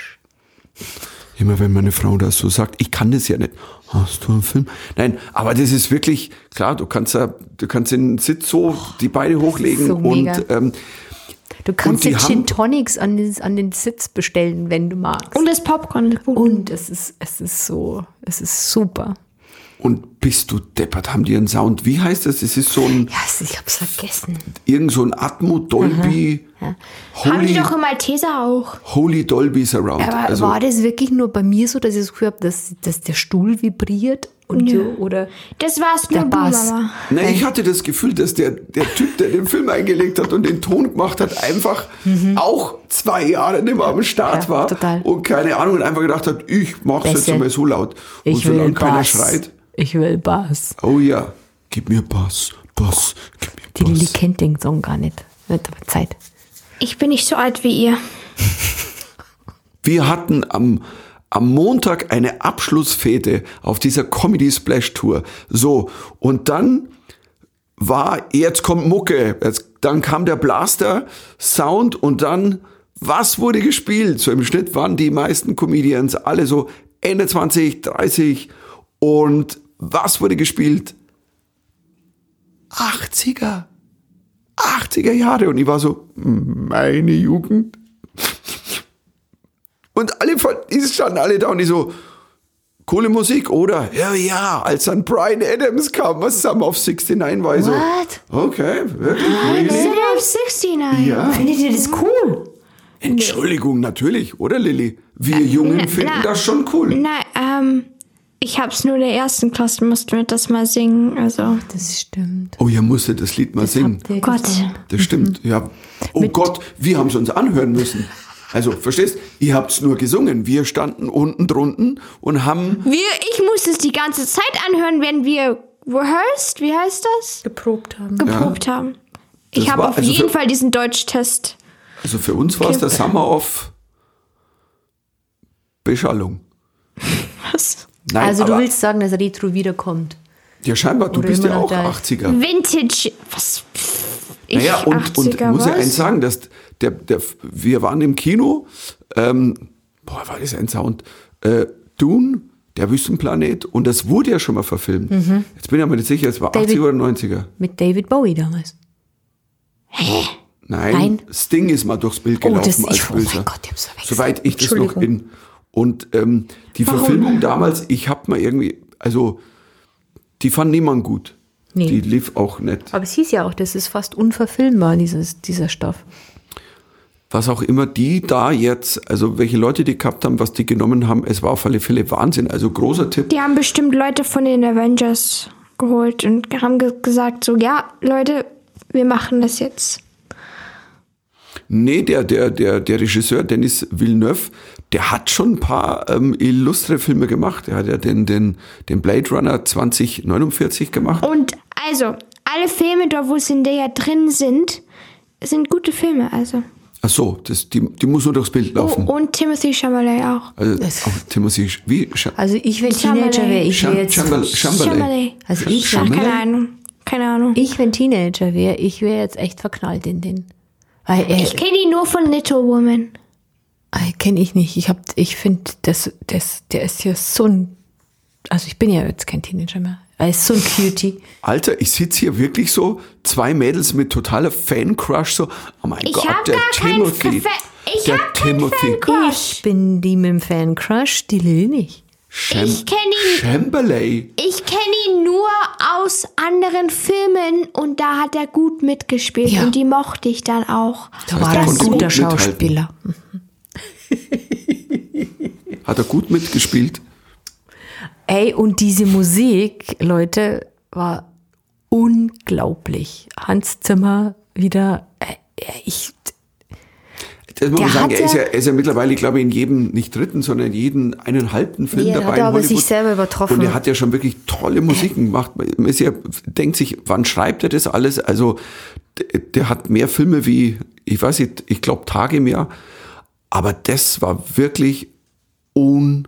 [SPEAKER 1] Immer wenn meine Frau das so sagt, ich kann das ja nicht. Hast du einen Film? Nein, aber das ist wirklich, klar, du kannst ja, du kannst den Sitz so, die Beine hochlegen
[SPEAKER 3] so
[SPEAKER 1] und
[SPEAKER 3] mega.
[SPEAKER 1] ähm,
[SPEAKER 3] Du kannst
[SPEAKER 1] die
[SPEAKER 3] dir
[SPEAKER 1] haben-
[SPEAKER 3] Gin Tonics an den, an den Sitz bestellen, wenn du magst.
[SPEAKER 2] Und das Popcorn.
[SPEAKER 3] Und es ist, es ist so, es ist super.
[SPEAKER 1] und bist du deppert, haben die einen Sound. Wie heißt das? Das ist so ein,
[SPEAKER 3] Ja, es- ich hab's vergessen.
[SPEAKER 1] irgend so ein Atmo Dolby.
[SPEAKER 2] Haben die
[SPEAKER 1] Holy,
[SPEAKER 2] doch im Malteser auch.
[SPEAKER 1] Holy Dolby Surround.
[SPEAKER 3] Aber
[SPEAKER 1] also,
[SPEAKER 3] war das wirklich nur bei mir so, dass ich das Gefühl habe, dass, dass der Stuhl vibriert und so? Oder
[SPEAKER 2] Das war's
[SPEAKER 3] Der
[SPEAKER 2] nur du,
[SPEAKER 3] Bass.
[SPEAKER 2] Mama.
[SPEAKER 1] nein, ich hatte das Gefühl, dass der, der Typ, der den Film eingelegt hat und den Ton gemacht hat, einfach auch zwei Jahre nicht mehr am Start
[SPEAKER 3] Mhm. Ja,
[SPEAKER 1] war.
[SPEAKER 3] total.
[SPEAKER 1] Und keine Ahnung, und einfach gedacht hat, ich mach's jetzt
[SPEAKER 3] Besser.
[SPEAKER 1] einmal so laut. und
[SPEAKER 3] ich will
[SPEAKER 1] solange keiner
[SPEAKER 3] Bass.
[SPEAKER 1] schreit,
[SPEAKER 3] Ich will Bass.
[SPEAKER 1] Oh ja, gib mir Bass, Bass, gib mir
[SPEAKER 3] Die Lilly
[SPEAKER 1] Bass.
[SPEAKER 3] kennt den Song gar nicht. Wird aber Zeit.
[SPEAKER 2] Ich bin nicht so alt wie ihr.
[SPEAKER 1] Wir hatten am, am Montag eine Abschlussfete auf dieser Comedy Splash Tour. So, und dann war, jetzt kommt Mucke, jetzt, dann kam der Blaster, Sound und dann, was wurde gespielt? So im Schnitt waren die meisten Comedians alle so Ende 20, 30 und was wurde gespielt? 80er. 80er Jahre und ich war so, meine Jugend. Und alle von, die standen alle da und die so, coole Musik, oder? Ja, ja, als dann Brian Adams kam, was zusammen auf 69 war ich so.
[SPEAKER 3] What?
[SPEAKER 1] Okay, wirklich? Really?
[SPEAKER 2] Sind auf 69.
[SPEAKER 1] Ja.
[SPEAKER 3] Findet ihr das cool?
[SPEAKER 1] Entschuldigung, natürlich, oder Lilly? Wir Jungen
[SPEAKER 2] na,
[SPEAKER 1] finden
[SPEAKER 2] na.
[SPEAKER 1] das schon cool.
[SPEAKER 2] Nein, ähm, ich hab's nur der ersten Klasse, mussten wir das mal singen. Also,
[SPEAKER 3] Das stimmt.
[SPEAKER 1] Oh, ihr musstet das Lied mal singen.
[SPEAKER 3] Habt ihr
[SPEAKER 2] Gott.
[SPEAKER 3] gesungen?
[SPEAKER 1] Das stimmt,
[SPEAKER 3] Mhm.
[SPEAKER 1] ja. Oh Gott, wir haben es uns anhören müssen. Also, verstehst, ihr habt es nur gesungen. Wir standen unten drunten und haben
[SPEAKER 2] wir, ich musste es die ganze Zeit anhören, wenn wir rehearsed, wie heißt das?
[SPEAKER 3] Geprobt haben.
[SPEAKER 2] Geprobt haben. Ich
[SPEAKER 1] Das
[SPEAKER 2] habe
[SPEAKER 1] war-
[SPEAKER 2] auf
[SPEAKER 1] also
[SPEAKER 2] jeden
[SPEAKER 1] für-
[SPEAKER 2] Fall diesen Deutschtest.
[SPEAKER 1] Also für uns war es der Summer of Beschallung.
[SPEAKER 2] Was?
[SPEAKER 1] Nein,
[SPEAKER 3] also du
[SPEAKER 1] aber-
[SPEAKER 3] willst sagen, dass Retro wiederkommt.
[SPEAKER 1] ja scheinbar, du
[SPEAKER 3] Oder
[SPEAKER 1] bist
[SPEAKER 3] immer
[SPEAKER 1] ja
[SPEAKER 3] noch
[SPEAKER 1] auch
[SPEAKER 3] da.
[SPEAKER 1] 80er.
[SPEAKER 2] Vintage. Was? Ich
[SPEAKER 1] naja, und, und
[SPEAKER 2] 80er
[SPEAKER 1] muss ja
[SPEAKER 2] was?
[SPEAKER 1] eins sagen, dass der, der, wir waren im Kino, ähm, boah, war das ein Sound, äh, Dune, der Wüstenplanet, und das wurde ja schon mal verfilmt. Jetzt bin ich aber nicht sicher, es war
[SPEAKER 3] Mhm. David-
[SPEAKER 1] 80er oder 90er.
[SPEAKER 3] Mit David Bowie damals.
[SPEAKER 1] Nein,
[SPEAKER 3] Nein.
[SPEAKER 1] Sting ist mal durchs Bild
[SPEAKER 3] Oh,
[SPEAKER 1] gelaufen
[SPEAKER 3] das-
[SPEAKER 1] als
[SPEAKER 3] ich- oh mein
[SPEAKER 1] Böser.
[SPEAKER 3] Gott, ich hab's verwechselt.
[SPEAKER 1] Soweit ich das noch
[SPEAKER 3] Entschuldigung.
[SPEAKER 1] in. Und ähm, die
[SPEAKER 2] Warum?
[SPEAKER 1] Verfilmung damals, ich hab mal irgendwie, also die fand niemand gut.
[SPEAKER 3] Nee.
[SPEAKER 1] Die lief auch nicht.
[SPEAKER 3] Aber es hieß ja auch, das ist fast unverfilmbar, dieses, dieser Stoff.
[SPEAKER 1] Was auch immer die da jetzt, also welche Leute die gehabt haben, was die genommen haben, es war auf alle Fälle Wahnsinn. Also großer Tipp.
[SPEAKER 2] Die haben bestimmt Leute von den Avengers geholt und haben ge gesagt so, ja, Leute, wir machen das jetzt.
[SPEAKER 1] Nee, der, der, der, der Regisseur Dennis Villeneuve, der hat schon ein paar ähm, illustre Filme gemacht. Er hat ja den, den, den Blade Runner 2049 gemacht.
[SPEAKER 2] Und also, alle Filme, dort wo Zendaya drin sind, sind gute Filme, also.
[SPEAKER 1] Ach so, das, die, die muss nur durchs Bild
[SPEAKER 2] Oh,
[SPEAKER 1] laufen.
[SPEAKER 2] und Timothy Chalamet auch.
[SPEAKER 1] Also,
[SPEAKER 3] Das-
[SPEAKER 1] auch Timothy, Sch- wie? Sch
[SPEAKER 2] Ah,
[SPEAKER 3] Also ich, wenn
[SPEAKER 2] Chamberlain.
[SPEAKER 3] Teenager wäre, ich wäre
[SPEAKER 1] Cham-
[SPEAKER 3] jetzt...
[SPEAKER 1] Chamberlain. Chamberlain.
[SPEAKER 2] Chalamet.
[SPEAKER 3] Also ich-
[SPEAKER 1] Chalamet?
[SPEAKER 2] Keine Ahnung. Keine Ahnung.
[SPEAKER 3] Ich, wenn Teenager wäre, ich wäre jetzt echt verknallt in den. Weil er,
[SPEAKER 2] Ich kenne die nur von Little Woman.
[SPEAKER 3] kenne ich nicht. Ich hab, ich finde, das, das, der ist ja so ein. Also ich bin ja jetzt kein Teenager mehr. Er ist so ein Cutie.
[SPEAKER 1] Alter, ich sitze hier wirklich so, zwei Mädels mit totaler Fan-Crush, so, oh mein
[SPEAKER 2] Ich
[SPEAKER 1] Gott,
[SPEAKER 2] hab
[SPEAKER 1] der
[SPEAKER 2] gar keinen
[SPEAKER 1] Timothy.
[SPEAKER 2] Fa- Ich
[SPEAKER 1] der
[SPEAKER 2] hab keinen
[SPEAKER 1] Timothy.
[SPEAKER 2] Fan-Crush.
[SPEAKER 3] Ich bin die mit dem Fan-Crush, die Lil nicht.
[SPEAKER 1] Cham
[SPEAKER 2] Ich kenn ihn.
[SPEAKER 1] Chamberlain.
[SPEAKER 2] Ich kenne ihn nur aus anderen Filmen und da hat er gut mitgespielt
[SPEAKER 3] Ja.
[SPEAKER 2] und die mochte ich dann auch.
[SPEAKER 3] Da
[SPEAKER 1] heißt,
[SPEAKER 3] war
[SPEAKER 1] der
[SPEAKER 3] ein
[SPEAKER 1] konnte gut
[SPEAKER 3] guter
[SPEAKER 1] mithalten.
[SPEAKER 3] Schauspieler.
[SPEAKER 1] Hat er gut mitgespielt?
[SPEAKER 3] Ey, und diese Musik, Leute, war unglaublich. Hans Zimmer wieder. Äh, ich,
[SPEAKER 1] Das muss man
[SPEAKER 3] Der
[SPEAKER 1] sagen, er
[SPEAKER 3] hatte-
[SPEAKER 1] ist, ja, er ist ja mittlerweile, glaube ich, in jedem, nicht dritten, sondern in jedem einen halben Film
[SPEAKER 3] Ja,
[SPEAKER 1] dabei.
[SPEAKER 3] hat er
[SPEAKER 1] in
[SPEAKER 3] aber sich
[SPEAKER 1] Hollywood.
[SPEAKER 3] selber übertroffen.
[SPEAKER 1] Und er hat ja schon wirklich tolle Musiken gemacht. Man ist ja, denkt sich, wann schreibt er das alles? Also, der, der hat mehr Filme wie, ich weiß nicht, ich glaube, Tage im Jahr. Aber das war wirklich un...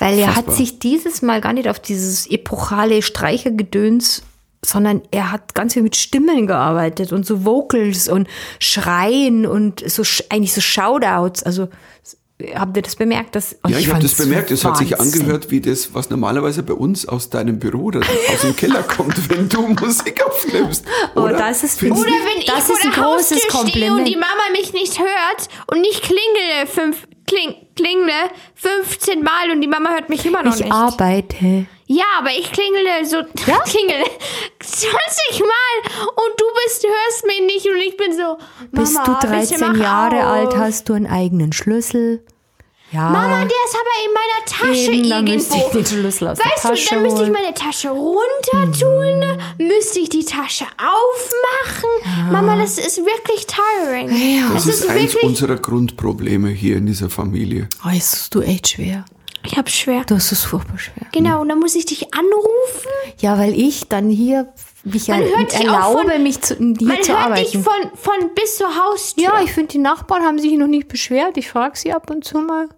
[SPEAKER 3] Weil er hat
[SPEAKER 1] Fassbar.
[SPEAKER 3] sich dieses Mal gar nicht auf dieses epochale Streichergedöns, sondern er hat ganz viel mit Stimmen gearbeitet und so Vocals und Schreien und so sch- eigentlich so Shoutouts. Also s- habt ihr das bemerkt? Dass, oh,
[SPEAKER 1] Ja, ich, hab habe
[SPEAKER 3] fand's
[SPEAKER 1] das bemerkt. Es hat sich
[SPEAKER 3] Wahnsinn.
[SPEAKER 1] angehört wie das, was normalerweise bei uns aus deinem Büro oder aus dem Keller (laughs) kommt, wenn du Musik aufnimmst.
[SPEAKER 3] Oh,
[SPEAKER 1] Oder?
[SPEAKER 3] das ist
[SPEAKER 1] Findest
[SPEAKER 2] Oder
[SPEAKER 1] du-
[SPEAKER 2] wenn
[SPEAKER 3] Das
[SPEAKER 2] ich vor
[SPEAKER 3] ist ein
[SPEAKER 2] der
[SPEAKER 3] großes
[SPEAKER 2] Haustür stehe und
[SPEAKER 3] Kompliment.
[SPEAKER 2] die Mama mich nicht hört und ich klingele, fünf, kling, klingele 15 Mal und die Mama hört mich immer noch
[SPEAKER 3] Ich
[SPEAKER 2] nicht.
[SPEAKER 3] arbeite.
[SPEAKER 2] Ja, aber ich klingele so, (laughs) klingele 20 Mal und du bist, hörst mich nicht und ich bin so, Mama,
[SPEAKER 3] Bist du
[SPEAKER 2] bitte
[SPEAKER 3] 13
[SPEAKER 2] mach
[SPEAKER 3] Jahre
[SPEAKER 2] auf.
[SPEAKER 3] alt, hast du einen eigenen Schlüssel. Ja.
[SPEAKER 2] Mama, der ist aber in meiner Tasche
[SPEAKER 3] Eben, dann müsste ich
[SPEAKER 2] irgendwo.
[SPEAKER 3] den Schlüssel aus der
[SPEAKER 2] weißt
[SPEAKER 3] Tasche
[SPEAKER 2] du, dann müsste ich
[SPEAKER 3] holen. Mhm.
[SPEAKER 2] meine Tasche runter tun, müsste ich die Tasche aufmachen. Mama, das ist wirklich tiring.
[SPEAKER 3] ja.
[SPEAKER 1] Das
[SPEAKER 2] Es
[SPEAKER 1] ist,
[SPEAKER 2] ist
[SPEAKER 1] eins
[SPEAKER 2] wirklich-
[SPEAKER 1] unserer Grundprobleme hier in dieser Familie.
[SPEAKER 3] Oh, jetzt hast du echt schwer.
[SPEAKER 2] Ich hab's schwer.
[SPEAKER 3] Du hast es furchtbar schwer.
[SPEAKER 2] Genau, und dann muss ich dich anrufen.
[SPEAKER 3] Ja, weil ich dann hier mich
[SPEAKER 2] Man
[SPEAKER 3] er-
[SPEAKER 2] hört dich auch
[SPEAKER 3] erlaube,
[SPEAKER 2] von-
[SPEAKER 3] mich zu, hier
[SPEAKER 2] Man
[SPEAKER 3] zu
[SPEAKER 2] hört
[SPEAKER 3] arbeiten.
[SPEAKER 2] dich von, von bis zur Haustür.
[SPEAKER 3] Ja, ich finde, die Nachbarn haben sich noch nicht beschwert. Ich frage sie ab und zu mal.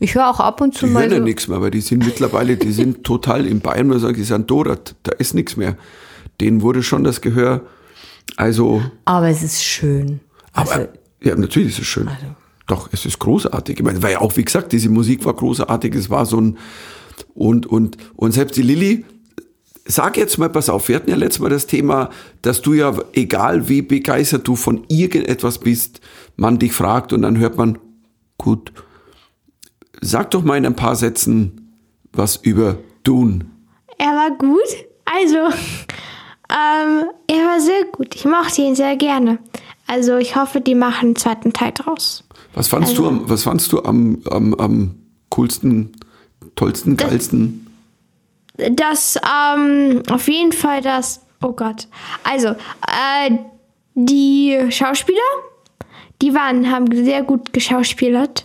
[SPEAKER 3] Ich höre auch ab und zu
[SPEAKER 1] Die
[SPEAKER 3] mal.
[SPEAKER 1] hören ja
[SPEAKER 3] So,
[SPEAKER 1] nichts mehr, weil die sind mittlerweile, die sind total in Bayern, man sagt, die sind Dorat, da ist nichts mehr. Denen wurde schon das Gehör. Also,
[SPEAKER 3] aber es ist schön.
[SPEAKER 1] aber
[SPEAKER 3] Also,
[SPEAKER 1] ja, natürlich ist es schön. Doch, es ist großartig. Ich meine, weil auch, wie gesagt, diese Musik war großartig, es war so ein und und und selbst die Lilly Sag jetzt mal, pass auf, wir hatten ja letztes Mal das Thema, dass du ja, egal wie begeistert du von irgendetwas bist, man dich fragt und dann hört man, gut, sag doch mal in ein paar Sätzen was über Dune.
[SPEAKER 2] Er war gut. Also, ähm, er war sehr gut. Ich mochte ihn sehr gerne. Also, ich hoffe, die machen einen zweiten Teil draus.
[SPEAKER 1] Was fandst du am, was fandst du am, am, am coolsten, tollsten, geilsten?
[SPEAKER 2] Das, ähm, auf jeden Fall das. Oh Gott. Also, äh, die Schauspieler, die waren, haben sehr gut geschauspielert.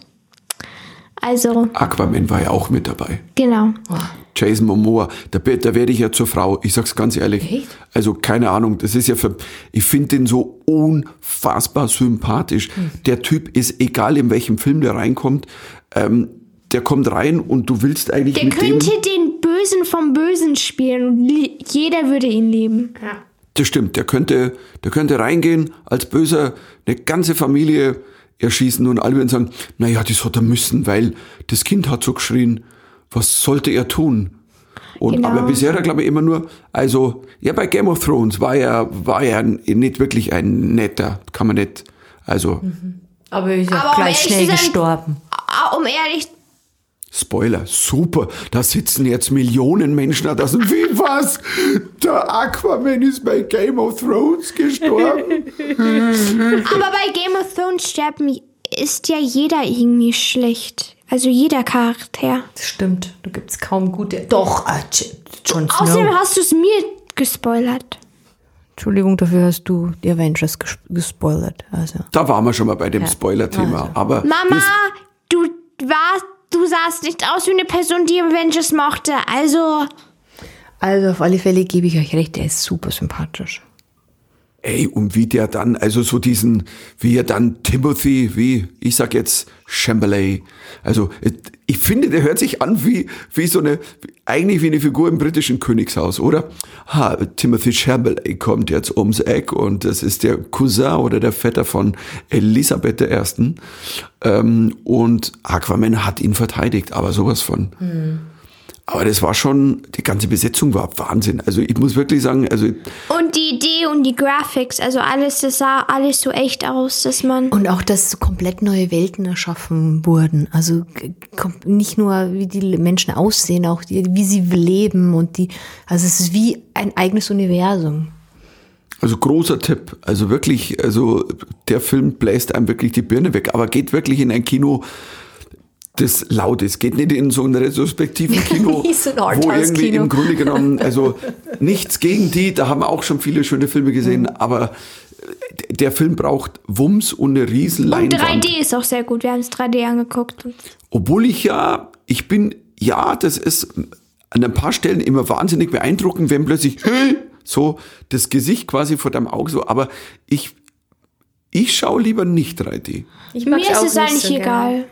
[SPEAKER 2] Also,
[SPEAKER 1] Aquaman war ja auch mit dabei.
[SPEAKER 2] genau.
[SPEAKER 1] Jason Momoa, da, be- da werde ich ja zur Frau, ich sag's ganz ehrlich.
[SPEAKER 3] Echt?
[SPEAKER 1] Also keine Ahnung, das ist ja für, ich finde den so unfassbar sympathisch. Der Typ ist, egal in welchem Film der reinkommt, ähm, der kommt rein und du willst eigentlich
[SPEAKER 2] Der
[SPEAKER 1] mit dem,
[SPEAKER 2] könnte den Bösen vom Bösen spielen und li- jeder würde ihn lieben.
[SPEAKER 1] Das stimmt, der könnte, der könnte reingehen als Böser, eine ganze Familie erschießen und alle würden sagen, naja, das hat er müssen, weil das Kind hat so geschrien, was sollte er tun? Und,
[SPEAKER 2] Genau.
[SPEAKER 1] Aber bisher, glaube ich, immer nur, also, ja, bei Game of Thrones war er, war er nicht wirklich ein netter, kann man nicht, also,
[SPEAKER 3] Aber er ist
[SPEAKER 2] Aber
[SPEAKER 3] auch
[SPEAKER 2] um
[SPEAKER 3] gleich
[SPEAKER 2] ehrlich
[SPEAKER 3] schnell
[SPEAKER 2] zu sein-
[SPEAKER 3] gestorben.
[SPEAKER 2] Ah, Um ehrlich,
[SPEAKER 1] Spoiler, super, da sitzen jetzt Millionen Menschen da draußen. Wie was? Der Aquaman ist bei Game of Thrones gestorben.
[SPEAKER 2] aber bei Game of Thrones sterben ist ja jeder irgendwie schlecht. Also jeder Charakter.
[SPEAKER 3] Das stimmt. Da gibt es kaum gute. Doch, äh, J- Jon
[SPEAKER 2] Außerdem
[SPEAKER 3] Snow.
[SPEAKER 2] hast du es mir gespoilert.
[SPEAKER 3] Entschuldigung, dafür hast du die Avengers ges gespoilert. Also.
[SPEAKER 1] Da waren wir schon mal bei dem Spoiler-Thema. Aber
[SPEAKER 2] Mama,
[SPEAKER 1] das-
[SPEAKER 2] du warst, du sahst nicht aus wie eine Person, die Avengers mochte. Also,
[SPEAKER 3] also auf alle Fälle gebe ich euch recht, der ist super sympathisch.
[SPEAKER 1] ey, und wie der dann, also so diesen, wie er dann Timothy, wie, ich sag jetzt Chamberlain. Also, ich finde, der hört sich an wie, wie so eine, eigentlich wie eine Figur im britischen Königshaus, oder? Ha, Timothy Chamberlain kommt jetzt ums Eck und das ist der Cousin oder der Vetter von Elisabeth I. Ähm, und Aquaman hat ihn verteidigt, aber sowas von. Aber das war schon, die ganze Besetzung war Wahnsinn. Also ich muss wirklich sagen, also
[SPEAKER 2] und die Idee und die Graphics, also alles, das sah alles so echt aus, dass man.
[SPEAKER 3] Und auch, dass so komplett neue Welten erschaffen wurden. Also g- kom- nicht nur, wie die Menschen aussehen, auch die, wie sie leben und die. Also es ist wie ein eigenes Universum.
[SPEAKER 1] Also großer Tipp. Also wirklich, also der Film bläst einem wirklich die Birne weg, aber geht wirklich in ein Kino, das laut ist. Geht nicht in so ein
[SPEAKER 3] (laughs)
[SPEAKER 1] retrospektiven Kino,
[SPEAKER 3] Wie so ein
[SPEAKER 1] wo irgendwie
[SPEAKER 3] Arthouse-Kino.
[SPEAKER 1] im Grunde genommen, also nichts gegen die, da haben wir auch schon viele schöne Filme gesehen,
[SPEAKER 3] Mhm.
[SPEAKER 1] aber d- der Film braucht Wumms und eine riesen
[SPEAKER 2] Und
[SPEAKER 1] Leinwand.
[SPEAKER 2] 3D ist auch sehr gut. Wir haben es 3D angeguckt. Und
[SPEAKER 1] Obwohl ich ja, ich bin, ja, das ist an ein paar Stellen immer wahnsinnig beeindruckend, wenn plötzlich (laughs) "Hä?" so das Gesicht quasi vor deinem Auge so, aber ich, ich schaue lieber nicht 3D.
[SPEAKER 2] mir ist es eigentlich egal.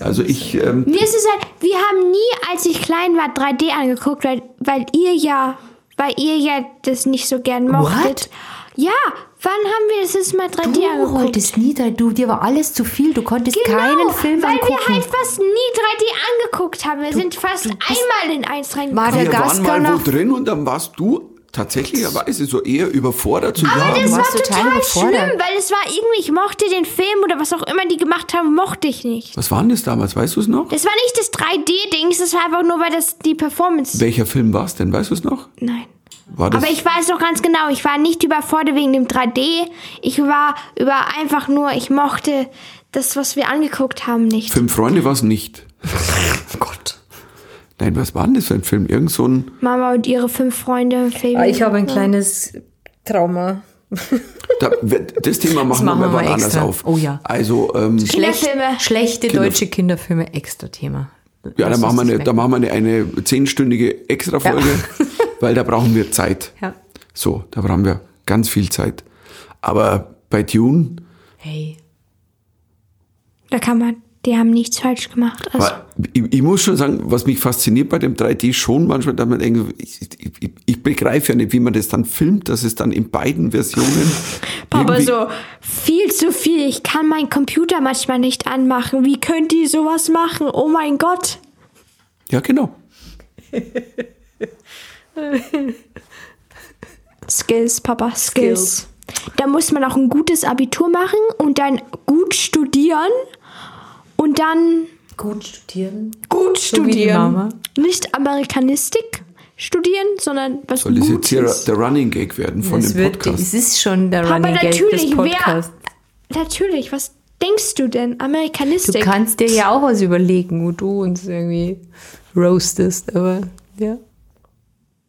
[SPEAKER 1] Also ich, ähm,
[SPEAKER 2] Mir ist es halt, wir haben nie, als ich klein war, 3D angeguckt, weil, weil ihr ja, weil ihr ja das nicht so gern mochtet.
[SPEAKER 3] What?
[SPEAKER 2] Ja, wann haben wir das jetzt mal 3D
[SPEAKER 3] Du
[SPEAKER 2] angeguckt?
[SPEAKER 3] wolltest nie, da- du, dir war alles zu viel, du konntest keinen Film
[SPEAKER 2] Genau, weil
[SPEAKER 3] angucken.
[SPEAKER 2] wir halt fast nie 3D angeguckt haben. Wir sind fast einmal in eins
[SPEAKER 3] War
[SPEAKER 2] reingekommen.
[SPEAKER 3] der
[SPEAKER 1] wir waren
[SPEAKER 3] Gaskar
[SPEAKER 1] mal wo
[SPEAKER 3] nach.
[SPEAKER 1] drin und dann warst du tatsächlicherweise so eher überfordert zu
[SPEAKER 2] Aber
[SPEAKER 1] sagen,
[SPEAKER 2] das
[SPEAKER 3] du
[SPEAKER 2] war
[SPEAKER 3] warst total
[SPEAKER 2] total
[SPEAKER 3] überfordert.
[SPEAKER 2] schlimm, weil es war irgendwie, ich mochte den Film oder was auch immer die gemacht haben, mochte ich nicht.
[SPEAKER 1] was war denn das damals, weißt du es noch?
[SPEAKER 2] Das war nicht das 3D-Dings, das war einfach nur, weil das die Performance.
[SPEAKER 1] Welcher Film war es denn, weißt du es noch?
[SPEAKER 2] Nein.
[SPEAKER 1] War das,
[SPEAKER 2] Aber ich weiß noch ganz genau, ich war nicht überfordert wegen dem 3D. Ich war über einfach nur, ich mochte das, was wir angeguckt haben, nicht.
[SPEAKER 1] Fünf Freunde war es
[SPEAKER 2] (laughs)
[SPEAKER 1] nicht.
[SPEAKER 3] Oh Gott.
[SPEAKER 1] Nein, was war denn das für ein Film? Irgend so ein,
[SPEAKER 2] Mama und ihre fünf Freunde. Fabian.
[SPEAKER 3] habe ein kleines Trauma.
[SPEAKER 1] da, das Thema machen,
[SPEAKER 3] machen
[SPEAKER 1] wir
[SPEAKER 3] wir
[SPEAKER 1] mal
[SPEAKER 3] mal
[SPEAKER 1] anders
[SPEAKER 3] extra.
[SPEAKER 1] auf.
[SPEAKER 3] Oh ja.
[SPEAKER 1] Also, ähm,
[SPEAKER 3] Schlecht,
[SPEAKER 2] Kinderfilme.
[SPEAKER 3] schlechte
[SPEAKER 1] Kinder-
[SPEAKER 3] deutsche Kinderfilme, extra Thema.
[SPEAKER 1] Ja, da
[SPEAKER 3] Lass uns
[SPEAKER 1] machen, wir
[SPEAKER 3] das
[SPEAKER 1] eine, da
[SPEAKER 3] weg.
[SPEAKER 1] machen wir eine, eine zehnstündige Extrafolge, (laughs) weil da brauchen wir Zeit.
[SPEAKER 3] Ja.
[SPEAKER 1] So, da brauchen wir ganz viel Zeit. Aber bei Dune
[SPEAKER 3] Hey.
[SPEAKER 2] Da kann man, die haben nichts falsch gemacht. Also,
[SPEAKER 1] war, ich, ich muss schon sagen, was mich fasziniert bei dem 3D schon manchmal, dass man denkt, ich, ich, ich begreife ja nicht, wie man das dann filmt, dass es dann in beiden Versionen.
[SPEAKER 2] Papa
[SPEAKER 1] irgendwie-
[SPEAKER 2] so, viel zu viel. Ich kann meinen Computer manchmal nicht anmachen. Wie könnt ihr sowas machen? Oh mein Gott.
[SPEAKER 1] Ja, genau.
[SPEAKER 2] Skills, Papa, Skills. Da muss man auch ein gutes Abitur machen und dann gut studieren und dann
[SPEAKER 3] Gut studieren.
[SPEAKER 2] gut
[SPEAKER 3] wie die
[SPEAKER 2] studieren.
[SPEAKER 3] Mama.
[SPEAKER 2] Nicht Amerikanistik studieren, sondern was
[SPEAKER 1] Soll das jetzt hier
[SPEAKER 2] Gutes.
[SPEAKER 1] der Running Gag werden von
[SPEAKER 3] Es,
[SPEAKER 1] dem
[SPEAKER 3] wird,
[SPEAKER 1] Podcast?
[SPEAKER 3] es ist schon der
[SPEAKER 2] Aber
[SPEAKER 3] Running Gag des
[SPEAKER 2] natürlich,
[SPEAKER 3] Podcasts.
[SPEAKER 2] wer... Natürlich, was denkst du denn?
[SPEAKER 3] Du
[SPEAKER 2] Amerikanistik.
[SPEAKER 3] kannst dir ja auch was überlegen, wo du uns irgendwie roastest, aber ja.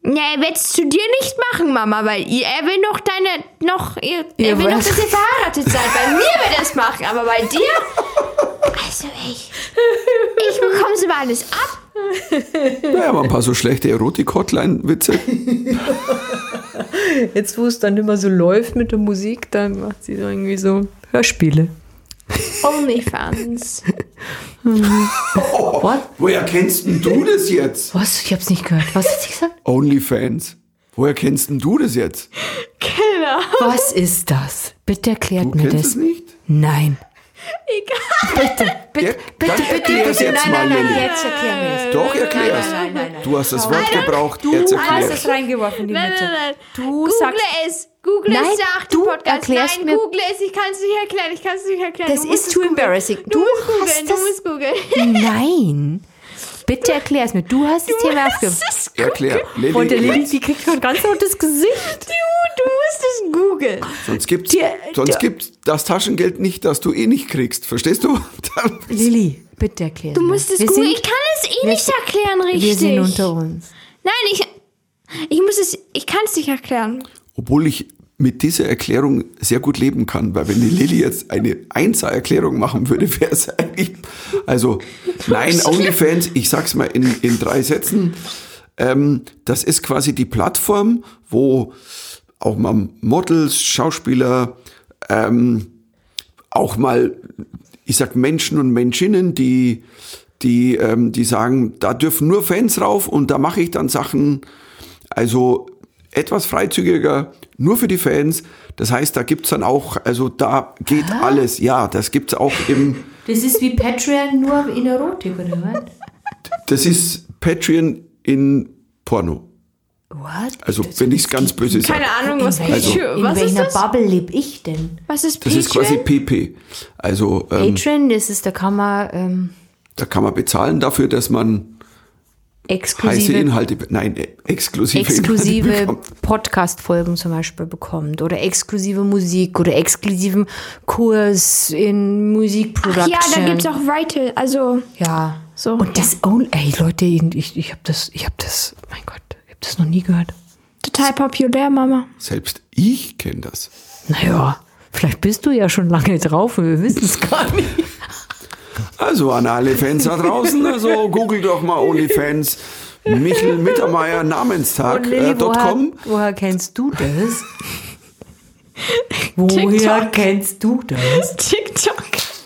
[SPEAKER 2] Ja, er wird es zu dir nicht machen, Mama, weil ihr- er will noch deine, noch, ihr,
[SPEAKER 3] Ihr
[SPEAKER 2] er will noch,
[SPEAKER 3] was?
[SPEAKER 2] dass ihr verheiratet seid. Bei mir wird er es machen, aber bei dir, also ich, ich bekomme es über alles ab.
[SPEAKER 1] Naja, aber ein paar so schlechte Erotik-Hotline-Witze.
[SPEAKER 3] Jetzt, wo es dann immer so läuft mit der Musik, dann macht sie so irgendwie so Hörspiele.
[SPEAKER 2] Onlyfans.
[SPEAKER 3] What?
[SPEAKER 1] Woher kennst denn du das jetzt?
[SPEAKER 3] (laughs) Was? Ich hab's nicht gehört. Was hat sie gesagt?
[SPEAKER 1] OnlyFans. Woher kennst denn du das jetzt?
[SPEAKER 2] Keine
[SPEAKER 3] Genau.
[SPEAKER 2] hier?
[SPEAKER 3] Was ist das? Bitte erklärt
[SPEAKER 1] Du
[SPEAKER 3] mir
[SPEAKER 1] kennst
[SPEAKER 3] das.
[SPEAKER 1] es nicht?
[SPEAKER 3] Nein.
[SPEAKER 2] Egal.
[SPEAKER 3] Bitte, bitte, bitte,
[SPEAKER 1] dann
[SPEAKER 3] bitte,
[SPEAKER 1] erklär es
[SPEAKER 3] bitte.
[SPEAKER 1] jetzt
[SPEAKER 3] Nein,
[SPEAKER 1] mal,
[SPEAKER 3] nein, nein,
[SPEAKER 1] Lilly.
[SPEAKER 3] jetzt erklär mir das.
[SPEAKER 1] Doch, erklär
[SPEAKER 3] Nein,
[SPEAKER 1] es.
[SPEAKER 3] nein, nein, nein.
[SPEAKER 1] Du hast das Wort gebraucht,
[SPEAKER 3] Du
[SPEAKER 1] jetzt
[SPEAKER 3] hast
[SPEAKER 1] erklär
[SPEAKER 3] es
[SPEAKER 1] es.
[SPEAKER 3] reingeworfen in die
[SPEAKER 2] Nein,
[SPEAKER 3] Mitte.
[SPEAKER 2] nein, nein.
[SPEAKER 3] Du
[SPEAKER 2] google
[SPEAKER 3] sagst,
[SPEAKER 2] es. Google
[SPEAKER 3] Nein,
[SPEAKER 2] es nach
[SPEAKER 3] du
[SPEAKER 2] dem Podcast.
[SPEAKER 3] erklärst
[SPEAKER 2] Nein,
[SPEAKER 3] mir-
[SPEAKER 2] google es. Ich kann es nicht erklären. Ich kann es nicht erklären.
[SPEAKER 3] Das
[SPEAKER 2] Du musst
[SPEAKER 3] ist
[SPEAKER 2] es
[SPEAKER 3] too
[SPEAKER 2] googeln.
[SPEAKER 3] embarrassing.
[SPEAKER 2] Du,
[SPEAKER 3] Du
[SPEAKER 2] musst googeln.
[SPEAKER 3] hast
[SPEAKER 2] Du
[SPEAKER 3] das-
[SPEAKER 2] musst googeln.
[SPEAKER 3] nein. Bitte erklär es mir. Du hast das Thema aufgeworfen.
[SPEAKER 1] Erklär. Lilly,
[SPEAKER 3] Und der Lilly,
[SPEAKER 1] jetzt.
[SPEAKER 3] die kriegt schon ganz rotes Gesicht.
[SPEAKER 2] Du, du musst es googeln.
[SPEAKER 1] Sonst gibt
[SPEAKER 3] Die-
[SPEAKER 1] sonst
[SPEAKER 3] die-
[SPEAKER 1] gibt's das Taschengeld nicht, das du eh nicht kriegst. Verstehst du? (laughs) Dann-
[SPEAKER 3] Lilly, bitte erklär
[SPEAKER 2] Du musst es
[SPEAKER 3] wir
[SPEAKER 2] googeln.
[SPEAKER 3] sind,
[SPEAKER 2] Ich kann es eh
[SPEAKER 3] wir
[SPEAKER 2] nicht
[SPEAKER 3] sind-
[SPEAKER 2] erklären, richtig.
[SPEAKER 3] Wir sind unter uns.
[SPEAKER 2] Nein, ich, ich muss es, ich kann es nicht erklären.
[SPEAKER 1] Obwohl ich mit dieser Erklärung sehr gut leben kann, weil wenn die Lilly jetzt eine Einser-Erklärung machen würde, wäre es eigentlich. Also, nein, OnlyFans, ich sag's mal in, in drei Sätzen. Ähm, das ist quasi die Plattform, wo auch mal Models, Schauspieler, ähm, auch mal, ich sag Menschen und Menschinnen, die, die, ähm, die sagen, da dürfen nur Fans rauf und da mache ich dann Sachen, also etwas freizügiger, nur für die Fans. Das heißt, da gibt's dann auch, also da geht alles. Ja, das gibt's auch im,
[SPEAKER 3] Das ist wie Patreon nur in Erotik, oder was?
[SPEAKER 1] das ist Patreon in Porno.
[SPEAKER 3] What?
[SPEAKER 1] Also, wenn ich's ganz böse sage.
[SPEAKER 2] Keine Ahnung, was
[SPEAKER 3] In, welcher-
[SPEAKER 2] Patreon-
[SPEAKER 3] also, in
[SPEAKER 2] was ist
[SPEAKER 3] welcher
[SPEAKER 2] das?
[SPEAKER 3] Bubble lebe ich denn?
[SPEAKER 2] Was ist
[SPEAKER 1] Das ist quasi
[SPEAKER 2] Patreon?
[SPEAKER 1] PP. Also, ähm,
[SPEAKER 3] Patreon, das ist, da kann man ähm,
[SPEAKER 1] da kann man bezahlen dafür, dass man heiße
[SPEAKER 3] exklusive
[SPEAKER 1] Inhalte, nein, äh, exklusive, Inhalte
[SPEAKER 3] exklusive
[SPEAKER 1] bekommt.
[SPEAKER 3] Podcast-Folgen zum Beispiel bekommt oder exklusive Musik oder exklusiven Kurs in
[SPEAKER 2] Ach
[SPEAKER 3] Musikproduktion.
[SPEAKER 2] ja, da gibt's auch Vital, also
[SPEAKER 3] Ja.
[SPEAKER 2] So.
[SPEAKER 3] Und das Only, ey Leute, ich, ich habe das, ich habe das, mein Gott, ich habe das noch nie gehört.
[SPEAKER 2] total populär, Mama.
[SPEAKER 1] Selbst ich kenne das.
[SPEAKER 3] Naja, vielleicht bist du ja schon lange drauf und wir wissen es gar nicht.
[SPEAKER 1] Also an alle Fans da draußen, also googelt doch mal OnlyFans Michel Mittermeier Namenstag.com. Äh, dot
[SPEAKER 3] woher,
[SPEAKER 1] com.
[SPEAKER 3] woher kennst du das? woher
[SPEAKER 2] (laughs) TikTok.
[SPEAKER 3] kennst du das?
[SPEAKER 2] TikTok.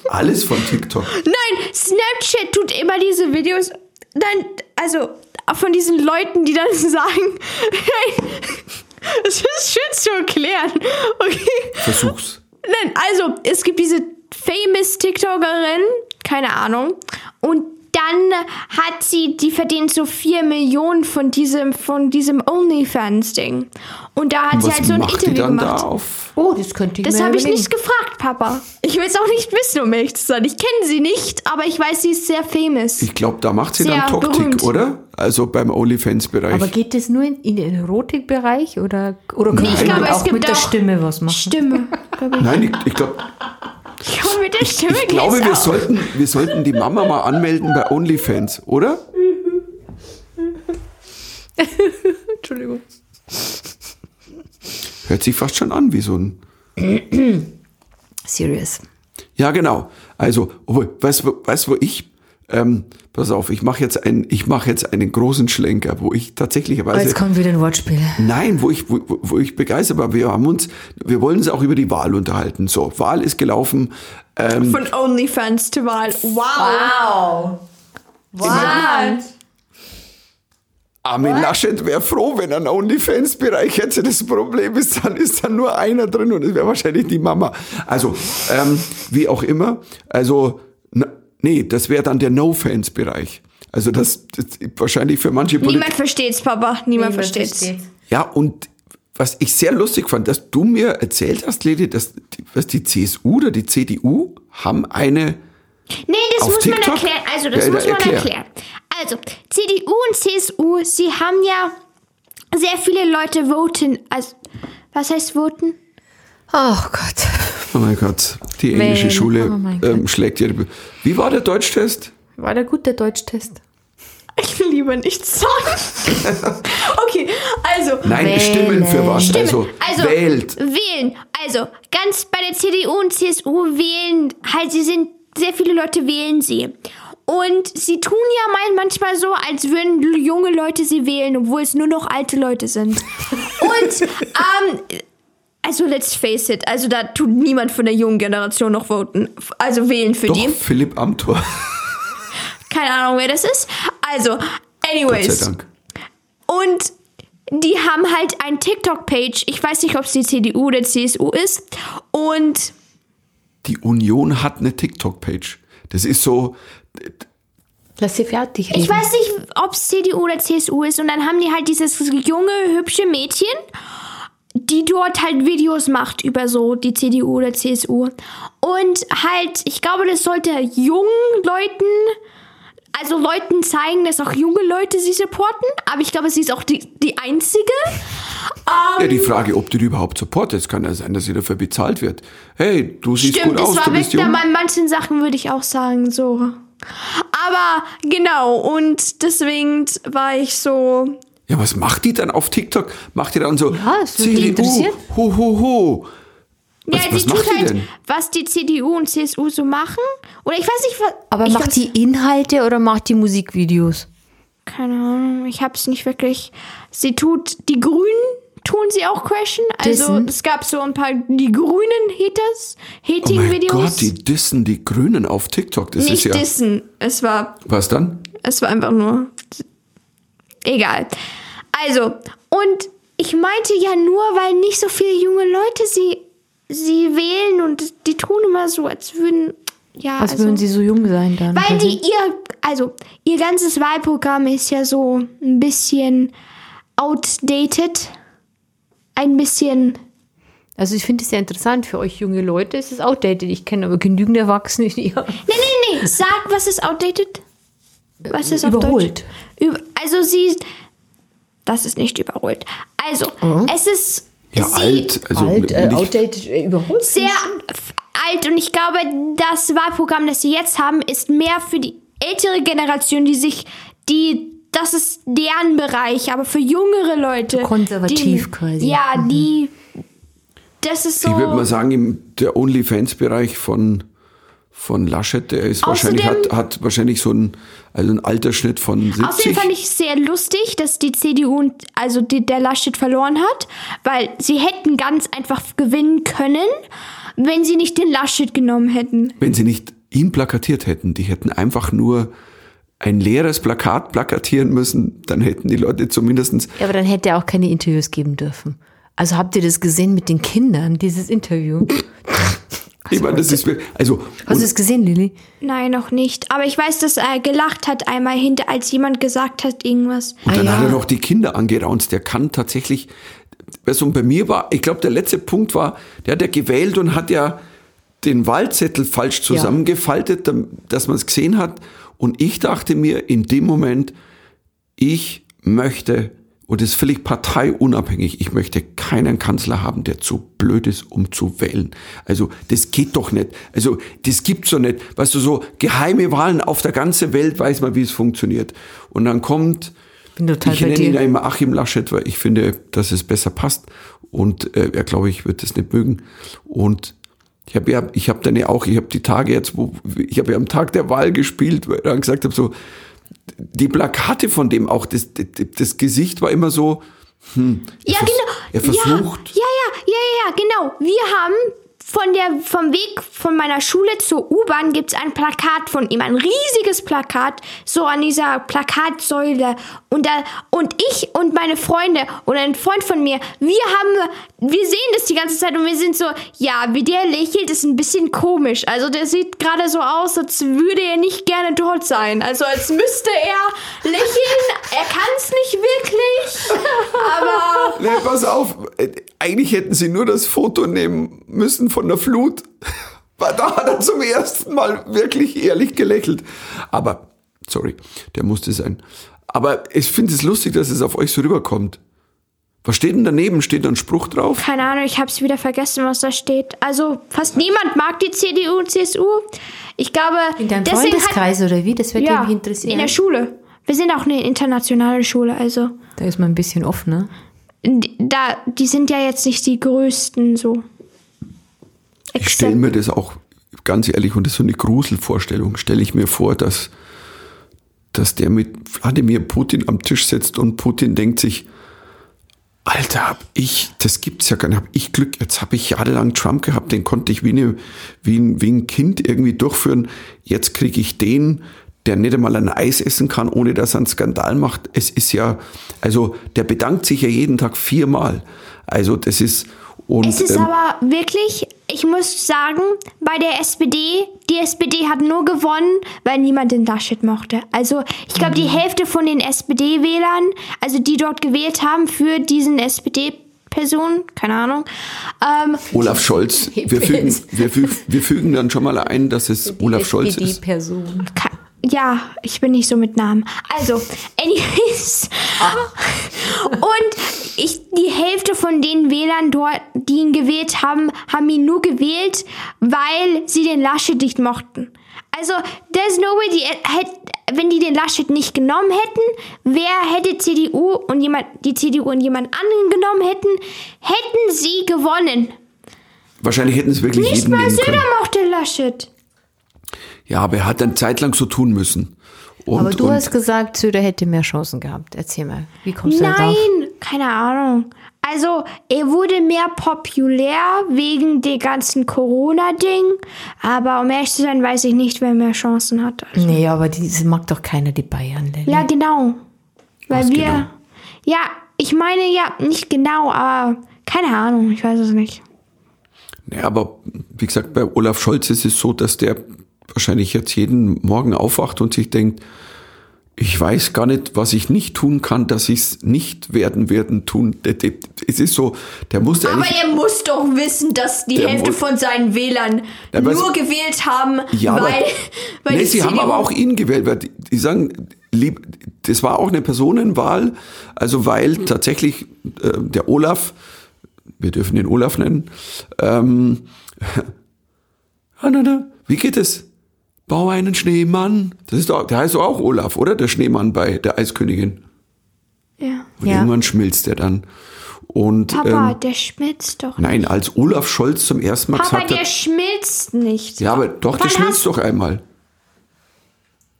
[SPEAKER 1] Alles von TikTok.
[SPEAKER 2] Nein, Snapchat tut immer diese Videos, dann, also von diesen Leuten, die dann (laughs) sagen, nein, (laughs) es ist schön zu erklären, okay?
[SPEAKER 1] Versuch's.
[SPEAKER 2] Nein, also es gibt diese famous TikTokerin, keine Ahnung, und dann hat sie, die verdient so 4 Millionen von diesem, von diesem OnlyFans-Ding. Und da hat sie
[SPEAKER 1] Was
[SPEAKER 2] halt so ein
[SPEAKER 1] macht die
[SPEAKER 2] Interview
[SPEAKER 1] dann
[SPEAKER 2] gemacht.
[SPEAKER 1] da auf?
[SPEAKER 3] Oh, das könnte ich
[SPEAKER 2] Das
[SPEAKER 3] mir
[SPEAKER 2] habe ich
[SPEAKER 3] überlegen.
[SPEAKER 2] nicht gefragt, Papa. Ich will es auch nicht wissen, um ehrlich zu sein. Ich kenne sie nicht, aber ich weiß, sie ist sehr famous.
[SPEAKER 1] Ich glaube, da macht sie
[SPEAKER 2] Sehr
[SPEAKER 1] dann Toktik,
[SPEAKER 2] berühmt.
[SPEAKER 1] oder? Also beim
[SPEAKER 3] Aber
[SPEAKER 1] OnlyFans-Bereich.
[SPEAKER 3] geht das nur in, in den Erotikbereich oder, oder kann
[SPEAKER 1] Ich
[SPEAKER 3] man
[SPEAKER 1] glaube,
[SPEAKER 2] es
[SPEAKER 3] auch
[SPEAKER 2] gibt
[SPEAKER 3] mit der
[SPEAKER 2] auch-
[SPEAKER 3] Stimme was machen?
[SPEAKER 2] Stimme.
[SPEAKER 1] Nein, ich, ich,
[SPEAKER 2] (laughs)
[SPEAKER 1] glaub,
[SPEAKER 2] Ich glaube, mit der Stimme
[SPEAKER 1] ich glaube,
[SPEAKER 2] geht's
[SPEAKER 1] wir
[SPEAKER 2] auch.
[SPEAKER 1] sollten, wir sollten die Mama mal anmelden bei OnlyFans,
[SPEAKER 2] (laughs)
[SPEAKER 1] oder?
[SPEAKER 3] Entschuldigung.
[SPEAKER 1] Hört sich fast schon an wie so ein
[SPEAKER 3] Serious.
[SPEAKER 1] Ja, genau. Also, obwohl, weißt du, wo- weißt, du, wo ich, ähm, pass auf, ich mache jetzt, einen, ich mach jetzt einen großen Schlenker, wo ich tatsächlicherweise,
[SPEAKER 2] Also-
[SPEAKER 3] Jetzt kommen wieder ein Wortspiel.
[SPEAKER 1] nein, wo ich, wo, wo- wo ich begeistert war, wir haben uns, wir wollen uns auch über die Wahl unterhalten. So, Wahl ist gelaufen,
[SPEAKER 2] Von OnlyFans zur Wahl. Wow.
[SPEAKER 3] Wow. Wow.
[SPEAKER 1] Armin Laschet wäre froh, wenn er einen OnlyFans-Bereich hätte. Das Problem ist, dann ist dann nur einer drin und es wäre wahrscheinlich die Mama. Also, ähm, wie auch immer. Also, na, nee, das wäre dann der No-Fans-Bereich. Also, das, das wahrscheinlich für manche Politiker.
[SPEAKER 2] Niemand versteht's, Papa. Niemand, versteht's.
[SPEAKER 1] Ja, und was ich sehr lustig fand, dass du mir erzählt hast, Lady, dass, die- dass die CSU oder die CDU haben eine,
[SPEAKER 2] Nee, das
[SPEAKER 1] Auf
[SPEAKER 2] muss man
[SPEAKER 1] TikTok?
[SPEAKER 2] erklären. Also, das
[SPEAKER 1] Ja,
[SPEAKER 2] muss
[SPEAKER 1] da
[SPEAKER 2] man
[SPEAKER 1] erklär.
[SPEAKER 2] erklären. Also, CDU und CSU, sie haben ja sehr viele Leute voten. Also, was heißt voten?
[SPEAKER 3] Ach Gott.
[SPEAKER 1] oh mein Gott, die englische
[SPEAKER 3] Wenn-
[SPEAKER 1] Schule
[SPEAKER 3] oh mein
[SPEAKER 1] ähm, schlägt ihre. Be- Wie war der Deutschtest?
[SPEAKER 3] War der gut, der Deutschtest?
[SPEAKER 2] Ich will lieber nichts sagen. (laughs) okay, also.
[SPEAKER 1] Nein,
[SPEAKER 3] Wählen.
[SPEAKER 1] Stimmen für was?
[SPEAKER 2] Stimmen.
[SPEAKER 1] Also, wählt.
[SPEAKER 2] Wählen. Also, ganz bei der CDU und CSU wählen, halt, sie sind, sehr viele Leute wählen sie. Und sie tun ja mein- manchmal so, als würden junge Leute sie wählen, obwohl es nur noch alte Leute sind.
[SPEAKER 1] (laughs)
[SPEAKER 2] und, ähm, also let's face it, also da tut niemand von der jungen Generation noch voten, also wählen für
[SPEAKER 1] Doch,
[SPEAKER 2] die.
[SPEAKER 1] Philipp Amthor. (laughs)
[SPEAKER 2] Keine Ahnung, wer das ist. Also,
[SPEAKER 1] Gott
[SPEAKER 2] anyways.
[SPEAKER 1] sei Dank.
[SPEAKER 2] Und die haben halt ein TikTok-Page. Ich weiß nicht, ob es die CDU oder CSU ist. Und
[SPEAKER 1] Die Union hat eine TikTok-Page. Das ist so,
[SPEAKER 3] Lass sie fertig reden.
[SPEAKER 2] ich weiß nicht, ob es CDU oder CSU ist. Und dann haben die halt dieses junge, hübsche Mädchen, die dort halt Videos macht über so die CDU oder CSU. Und halt, ich glaube, das sollte jungen Leuten, also Leuten zeigen, dass auch junge Leute sie supporten. Aber ich glaube, sie ist auch die, die einzige.
[SPEAKER 1] ja, die Frage, ob du die überhaupt supportest. Kann ja sein, dass sie dafür bezahlt wird. Hey, du siehst
[SPEAKER 2] Stimmt,
[SPEAKER 1] gut
[SPEAKER 2] das
[SPEAKER 1] aus,
[SPEAKER 2] war
[SPEAKER 1] du bist
[SPEAKER 2] Victor.
[SPEAKER 1] jung.
[SPEAKER 2] Bei manchen Sachen würde ich auch sagen, so. Aber genau, und deswegen war ich so.
[SPEAKER 1] Ja, was macht die dann auf TikTok? Macht die dann so,
[SPEAKER 3] Ja, es wird die
[SPEAKER 1] CDU,
[SPEAKER 3] interessiert.
[SPEAKER 1] ho, ho, ho. Was,
[SPEAKER 2] ja,
[SPEAKER 1] was
[SPEAKER 2] sie
[SPEAKER 1] macht
[SPEAKER 2] tut
[SPEAKER 1] die
[SPEAKER 2] halt,
[SPEAKER 1] denn? Oh
[SPEAKER 2] was die CDU und CSU so machen. Oder ich weiß nicht, was.
[SPEAKER 3] Aber
[SPEAKER 2] ich
[SPEAKER 3] macht
[SPEAKER 2] weiß-
[SPEAKER 3] die Inhalte oder macht die Musikvideos?
[SPEAKER 2] Keine Ahnung, ich hab's nicht wirklich. Sie tut. Die Grünen tun sie auch crashen. Also
[SPEAKER 3] Dissen.
[SPEAKER 2] es gab so ein paar. Die Grünen
[SPEAKER 1] Oh
[SPEAKER 2] Haters.
[SPEAKER 1] mein
[SPEAKER 2] Hating-Videos.
[SPEAKER 1] Gott, die dissen die Grünen auf TikTok. Das
[SPEAKER 2] nicht
[SPEAKER 1] ist ja,
[SPEAKER 2] dissen. Es war
[SPEAKER 1] was dann?
[SPEAKER 2] Es war einfach nur. Egal. Also, und ich meinte ja nur, weil nicht so viele junge Leute sie, sie wählen und die tun immer so, als würden. Ja,
[SPEAKER 3] Als
[SPEAKER 2] also,
[SPEAKER 3] würden sie so jung sein dann.
[SPEAKER 2] weil die ihr, also ihr ganzes Wahlprogramm ist ja so ein bisschen outdated. Ein bisschen.
[SPEAKER 3] Also ich finde es ja interessant für euch junge Leute. Es ist outdated. Ich kenne aber genügend Erwachsene, die ja.
[SPEAKER 2] Nee, nee, nee. Sag, was ist outdated? Was ist auf
[SPEAKER 3] Überholt.
[SPEAKER 2] Deutsch? Über, also sie. Das ist nicht überholt. Also,
[SPEAKER 3] Hm?
[SPEAKER 2] es ist.
[SPEAKER 1] Ja,
[SPEAKER 2] sie,
[SPEAKER 1] alt. Also nicht,
[SPEAKER 3] outdated, äh, überholt.
[SPEAKER 2] sehr f- alt und ich glaube, das Wahlprogramm, das sie jetzt haben, ist mehr für die ältere Generation, die sich, die, das ist deren Bereich, aber für jüngere Leute.
[SPEAKER 3] konservativ
[SPEAKER 2] die,
[SPEAKER 3] quasi. Mhm.
[SPEAKER 2] Ja, die, das ist so.
[SPEAKER 1] ich würde mal sagen, im, der OnlyFans-Bereich von, von Laschet, der ist wahrscheinlich, hat,
[SPEAKER 2] Außerdem-
[SPEAKER 1] hat wahrscheinlich so einen, also einen Altersschnitt von 70.
[SPEAKER 2] Außerdem fand ich es sehr lustig, dass die CDU, und- also die, der Laschet verloren hat, weil sie hätten ganz einfach gewinnen können, wenn sie nicht den Laschet genommen hätten.
[SPEAKER 1] wenn sie nicht ihn plakatiert hätten, die hätten einfach nur ein leeres Plakat plakatieren müssen, dann hätten die Leute zumindestens
[SPEAKER 3] Ja, aber dann hätte er auch keine Interviews geben dürfen. Also habt ihr das gesehen mit den Kindern, dieses Interview?
[SPEAKER 1] ich meine, das ist wirklich, also
[SPEAKER 3] Hast du
[SPEAKER 1] und
[SPEAKER 3] es gesehen, Lilly?
[SPEAKER 2] Nein, noch nicht. Aber ich weiß, dass er gelacht hat einmal hinter, als jemand gesagt hat irgendwas.
[SPEAKER 3] Ah,
[SPEAKER 1] dann
[SPEAKER 3] ja.
[SPEAKER 1] hat er noch die Kinder angeraunzt. Der kann tatsächlich, also bei mir war, ich glaube, der letzte Punkt war, der hat ja gewählt und hat ja den Wahlzettel falsch zusammengefaltet, dam- dass man es gesehen hat. Und ich dachte mir in dem Moment, ich möchte, und das ist völlig parteiunabhängig, ich möchte keinen Kanzler haben, der zu blöd ist, um zu wählen. Also das geht doch nicht. Also das gibt's doch nicht. Weißt du, so geheime Wahlen auf der ganzen Welt weiß man, wie es funktioniert. Und dann kommt,
[SPEAKER 3] Bin total
[SPEAKER 1] ich
[SPEAKER 3] bei
[SPEAKER 1] nenne ihn
[SPEAKER 3] dir.
[SPEAKER 1] ja immer Achim Laschet, weil ich finde, dass es besser passt. Und äh, er, glaube ich, wird das nicht mögen. Und ich habe ja, ich habe dann ja auch, ich habe die Tage jetzt, wo, ich habe ja am Tag der Wahl gespielt, weil ich dann gesagt habe, so, die Plakate von dem auch, das, das, das Gesicht war immer so,
[SPEAKER 2] Ja,
[SPEAKER 1] vers-
[SPEAKER 2] genau.
[SPEAKER 1] er versucht.
[SPEAKER 2] Ja, ja, ja, ja, ja, genau. Wir haben von der, vom Weg von meiner Schule zur U-Bahn gibt's ein Plakat von ihm, ein riesiges Plakat, so an dieser Plakatsäule. Und, da, und ich und meine Freunde oder ein Freund von mir, wir haben, wir sehen das die ganze Zeit und wir sind so, ja, wie der lächelt, ist ein bisschen komisch. Also der sieht gerade so aus, als würde er nicht gerne dort sein. Also als müsste er lächeln. Er kann's nicht wirklich, aber...
[SPEAKER 1] nee, pass auf, äh, eigentlich hätten sie nur das Foto nehmen müssen von der Flut, weil da hat er zum ersten Mal wirklich ehrlich gelächelt. Aber, sorry, der musste sein. Aber ich finde es lustig, dass es auf euch so rüberkommt. Was steht denn daneben? Steht da ein Spruch drauf?
[SPEAKER 2] Keine Ahnung, ich hab's wieder vergessen, was da steht. Also, fast niemand mag die CDU und CSU. Ich glaube,
[SPEAKER 3] In deinem
[SPEAKER 2] deswegen hat,
[SPEAKER 3] Freundeskreis oder wie? Das wird
[SPEAKER 2] ja,
[SPEAKER 3] irgendwie
[SPEAKER 2] in der
[SPEAKER 3] interessieren.
[SPEAKER 2] Schule. Wir sind auch eine internationale Schule, also
[SPEAKER 3] Da ist man ein bisschen ne? offener.
[SPEAKER 2] d- da die sind ja jetzt nicht die größten so.
[SPEAKER 1] Ich stelle mir das auch, ganz ehrlich, und das ist so eine Gruselvorstellung, stelle ich mir vor, dass, dass der mit Wladimir Putin am Tisch sitzt und Putin denkt sich, Alter, hab ich, das gibt's ja gar nicht, hab ich Glück, jetzt habe ich jahrelang Trump gehabt, den konnte ich wie, eine, wie, ein, wie ein Kind irgendwie durchführen, jetzt kriege ich den, der nicht einmal ein Eis essen kann, ohne dass er einen Skandal macht. Es ist ja, also der bedankt sich ja jeden Tag viermal. Also das ist und
[SPEAKER 2] Es ist
[SPEAKER 1] ähm,
[SPEAKER 2] aber wirklich, ich muss sagen, bei der SPD, die SPD hat nur gewonnen, weil niemand den Laschet mochte. Also ich glaube, die Hälfte von den SPD-Wählern, also die dort gewählt haben für diesen SPD-Person, keine Ahnung, ähm,
[SPEAKER 1] Olaf Scholz. Wir fügen, wir, fü wir fügen dann schon mal ein, dass es Olaf Scholz
[SPEAKER 3] Die
[SPEAKER 1] ist.
[SPEAKER 3] Person.
[SPEAKER 2] Ka- Ja, ich bin nicht so mit Namen. Also, anyways.
[SPEAKER 1] Ah.
[SPEAKER 2] (laughs) Und ich, die Hälfte von den Wählern dort, die ihn gewählt haben, haben ihn nur gewählt, weil sie den Laschet nicht mochten. Also, there's no way, die hätt, wenn die den Laschet nicht genommen hätten, wer hätte CDU und jemand, die CDU und jemand anderen genommen hätten, hätten sie gewonnen.
[SPEAKER 1] Wahrscheinlich hätten es wirklich
[SPEAKER 2] Nicht
[SPEAKER 1] jeden
[SPEAKER 2] mal
[SPEAKER 1] nehmen können.
[SPEAKER 2] Söder mochte Laschet.
[SPEAKER 1] Ja, aber er hat dann zeitlang so tun müssen. Und,
[SPEAKER 3] Aber du
[SPEAKER 1] und
[SPEAKER 3] hast gesagt, Söder hätte mehr Chancen gehabt. Erzähl mal, wie kommst du da drauf?
[SPEAKER 2] Nein, keine Ahnung. Also, er wurde mehr populär wegen dem ganzen Corona-Ding. Aber um ehrlich zu sein, weiß ich nicht, wer mehr Chancen hatte.
[SPEAKER 3] Nee, aber diese mag doch keiner, die Bayern, Lilly.
[SPEAKER 2] Ja, genau. Weil
[SPEAKER 1] Was
[SPEAKER 2] wir.
[SPEAKER 1] genau?
[SPEAKER 2] Ja, ich meine ja, nicht genau, aber keine Ahnung, ich weiß es nicht.
[SPEAKER 1] Ja, aber wie gesagt, bei Olaf Scholz ist es so, dass der wahrscheinlich jetzt jeden Morgen aufwacht und sich denkt, ich weiß gar nicht, was ich nicht tun kann, dass ich es nicht werden werden tun. De- de- Es ist so, der muss
[SPEAKER 4] Aber
[SPEAKER 1] eigentlich,
[SPEAKER 4] ihr müsst doch wissen, dass die
[SPEAKER 1] Der
[SPEAKER 4] Hälfte
[SPEAKER 1] muss-
[SPEAKER 4] von seinen Wählern
[SPEAKER 1] Ja, was-
[SPEAKER 4] nur gewählt haben,
[SPEAKER 1] Ja, aber-
[SPEAKER 4] weil, weil
[SPEAKER 1] nee,
[SPEAKER 4] die
[SPEAKER 1] sie haben
[SPEAKER 4] CDU
[SPEAKER 1] aber auch ihn gewählt, weil die, die sagen, lieb, das war auch eine Personenwahl, also weil tatsächlich äh, der Olaf, wir dürfen den Olaf nennen, ähm, (laughs) Ah, na, na. Wie geht es? Bau einen Schneemann. Das ist doch, der heißt doch auch Olaf, oder? Der Schneemann bei der Eiskönigin.
[SPEAKER 2] Ja.
[SPEAKER 1] Und
[SPEAKER 3] Ja.
[SPEAKER 1] irgendwann schmilzt der dann. Und
[SPEAKER 2] Papa,
[SPEAKER 1] ähm,
[SPEAKER 2] der schmilzt doch.
[SPEAKER 1] nein, als Olaf Scholz zum ersten Mal
[SPEAKER 2] Papa,
[SPEAKER 1] gesagt
[SPEAKER 2] der
[SPEAKER 1] hat,
[SPEAKER 2] schmilzt nicht.
[SPEAKER 1] ja, aber doch, der
[SPEAKER 2] Wann
[SPEAKER 1] schmilzt doch einmal.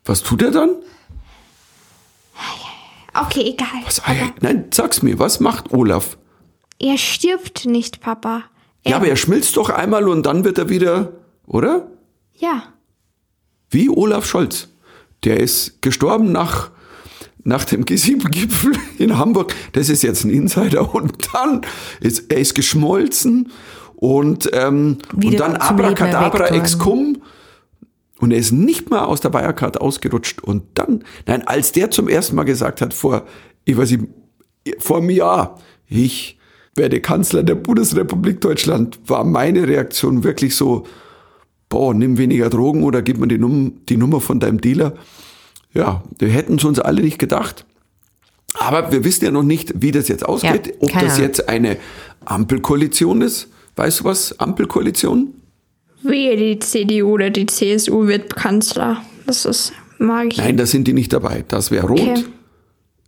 [SPEAKER 1] Was tut er dann?
[SPEAKER 2] Okay, egal.
[SPEAKER 1] Was, ah, ja, nein, sag's mir, was macht Olaf?
[SPEAKER 2] Er stirbt nicht, Papa.
[SPEAKER 1] Ja, aber er schmilzt doch einmal und dann wird er wieder, oder?
[SPEAKER 2] Ja.
[SPEAKER 1] Wie Olaf Scholz. Der ist gestorben nach, nach dem G7-Gipfel in Hamburg. Das ist jetzt ein Insider. Und dann ist er ist geschmolzen und, ähm, und
[SPEAKER 3] Wieder
[SPEAKER 1] dann
[SPEAKER 3] zum Leben
[SPEAKER 1] Abracadabra
[SPEAKER 3] erweckt worden.
[SPEAKER 1] Excum. Und er ist nicht mal aus der Bayercard ausgerutscht. Und dann, nein, als der zum ersten Mal gesagt hat, vor, ich weiß nicht, vor einem Jahr, ich werde Kanzler der Bundesrepublik Deutschland, war meine Reaktion wirklich so, boah, nimm weniger Drogen oder gib mir die, Num die Nummer von deinem Dealer. Ja, wir hätten es uns alle nicht gedacht. Aber wir wissen ja noch nicht, wie das jetzt ausgeht.
[SPEAKER 3] Ja,
[SPEAKER 1] Ob
[SPEAKER 3] keine
[SPEAKER 1] das
[SPEAKER 3] Ahnung.
[SPEAKER 1] jetzt eine Ampelkoalition ist. Weißt du was? Ampelkoalition?
[SPEAKER 2] Wehe, die CDU oder die CSU wird Kanzler. Das ist magisch.
[SPEAKER 1] Nein, da sind die nicht dabei. Das wäre rot,
[SPEAKER 2] Okay.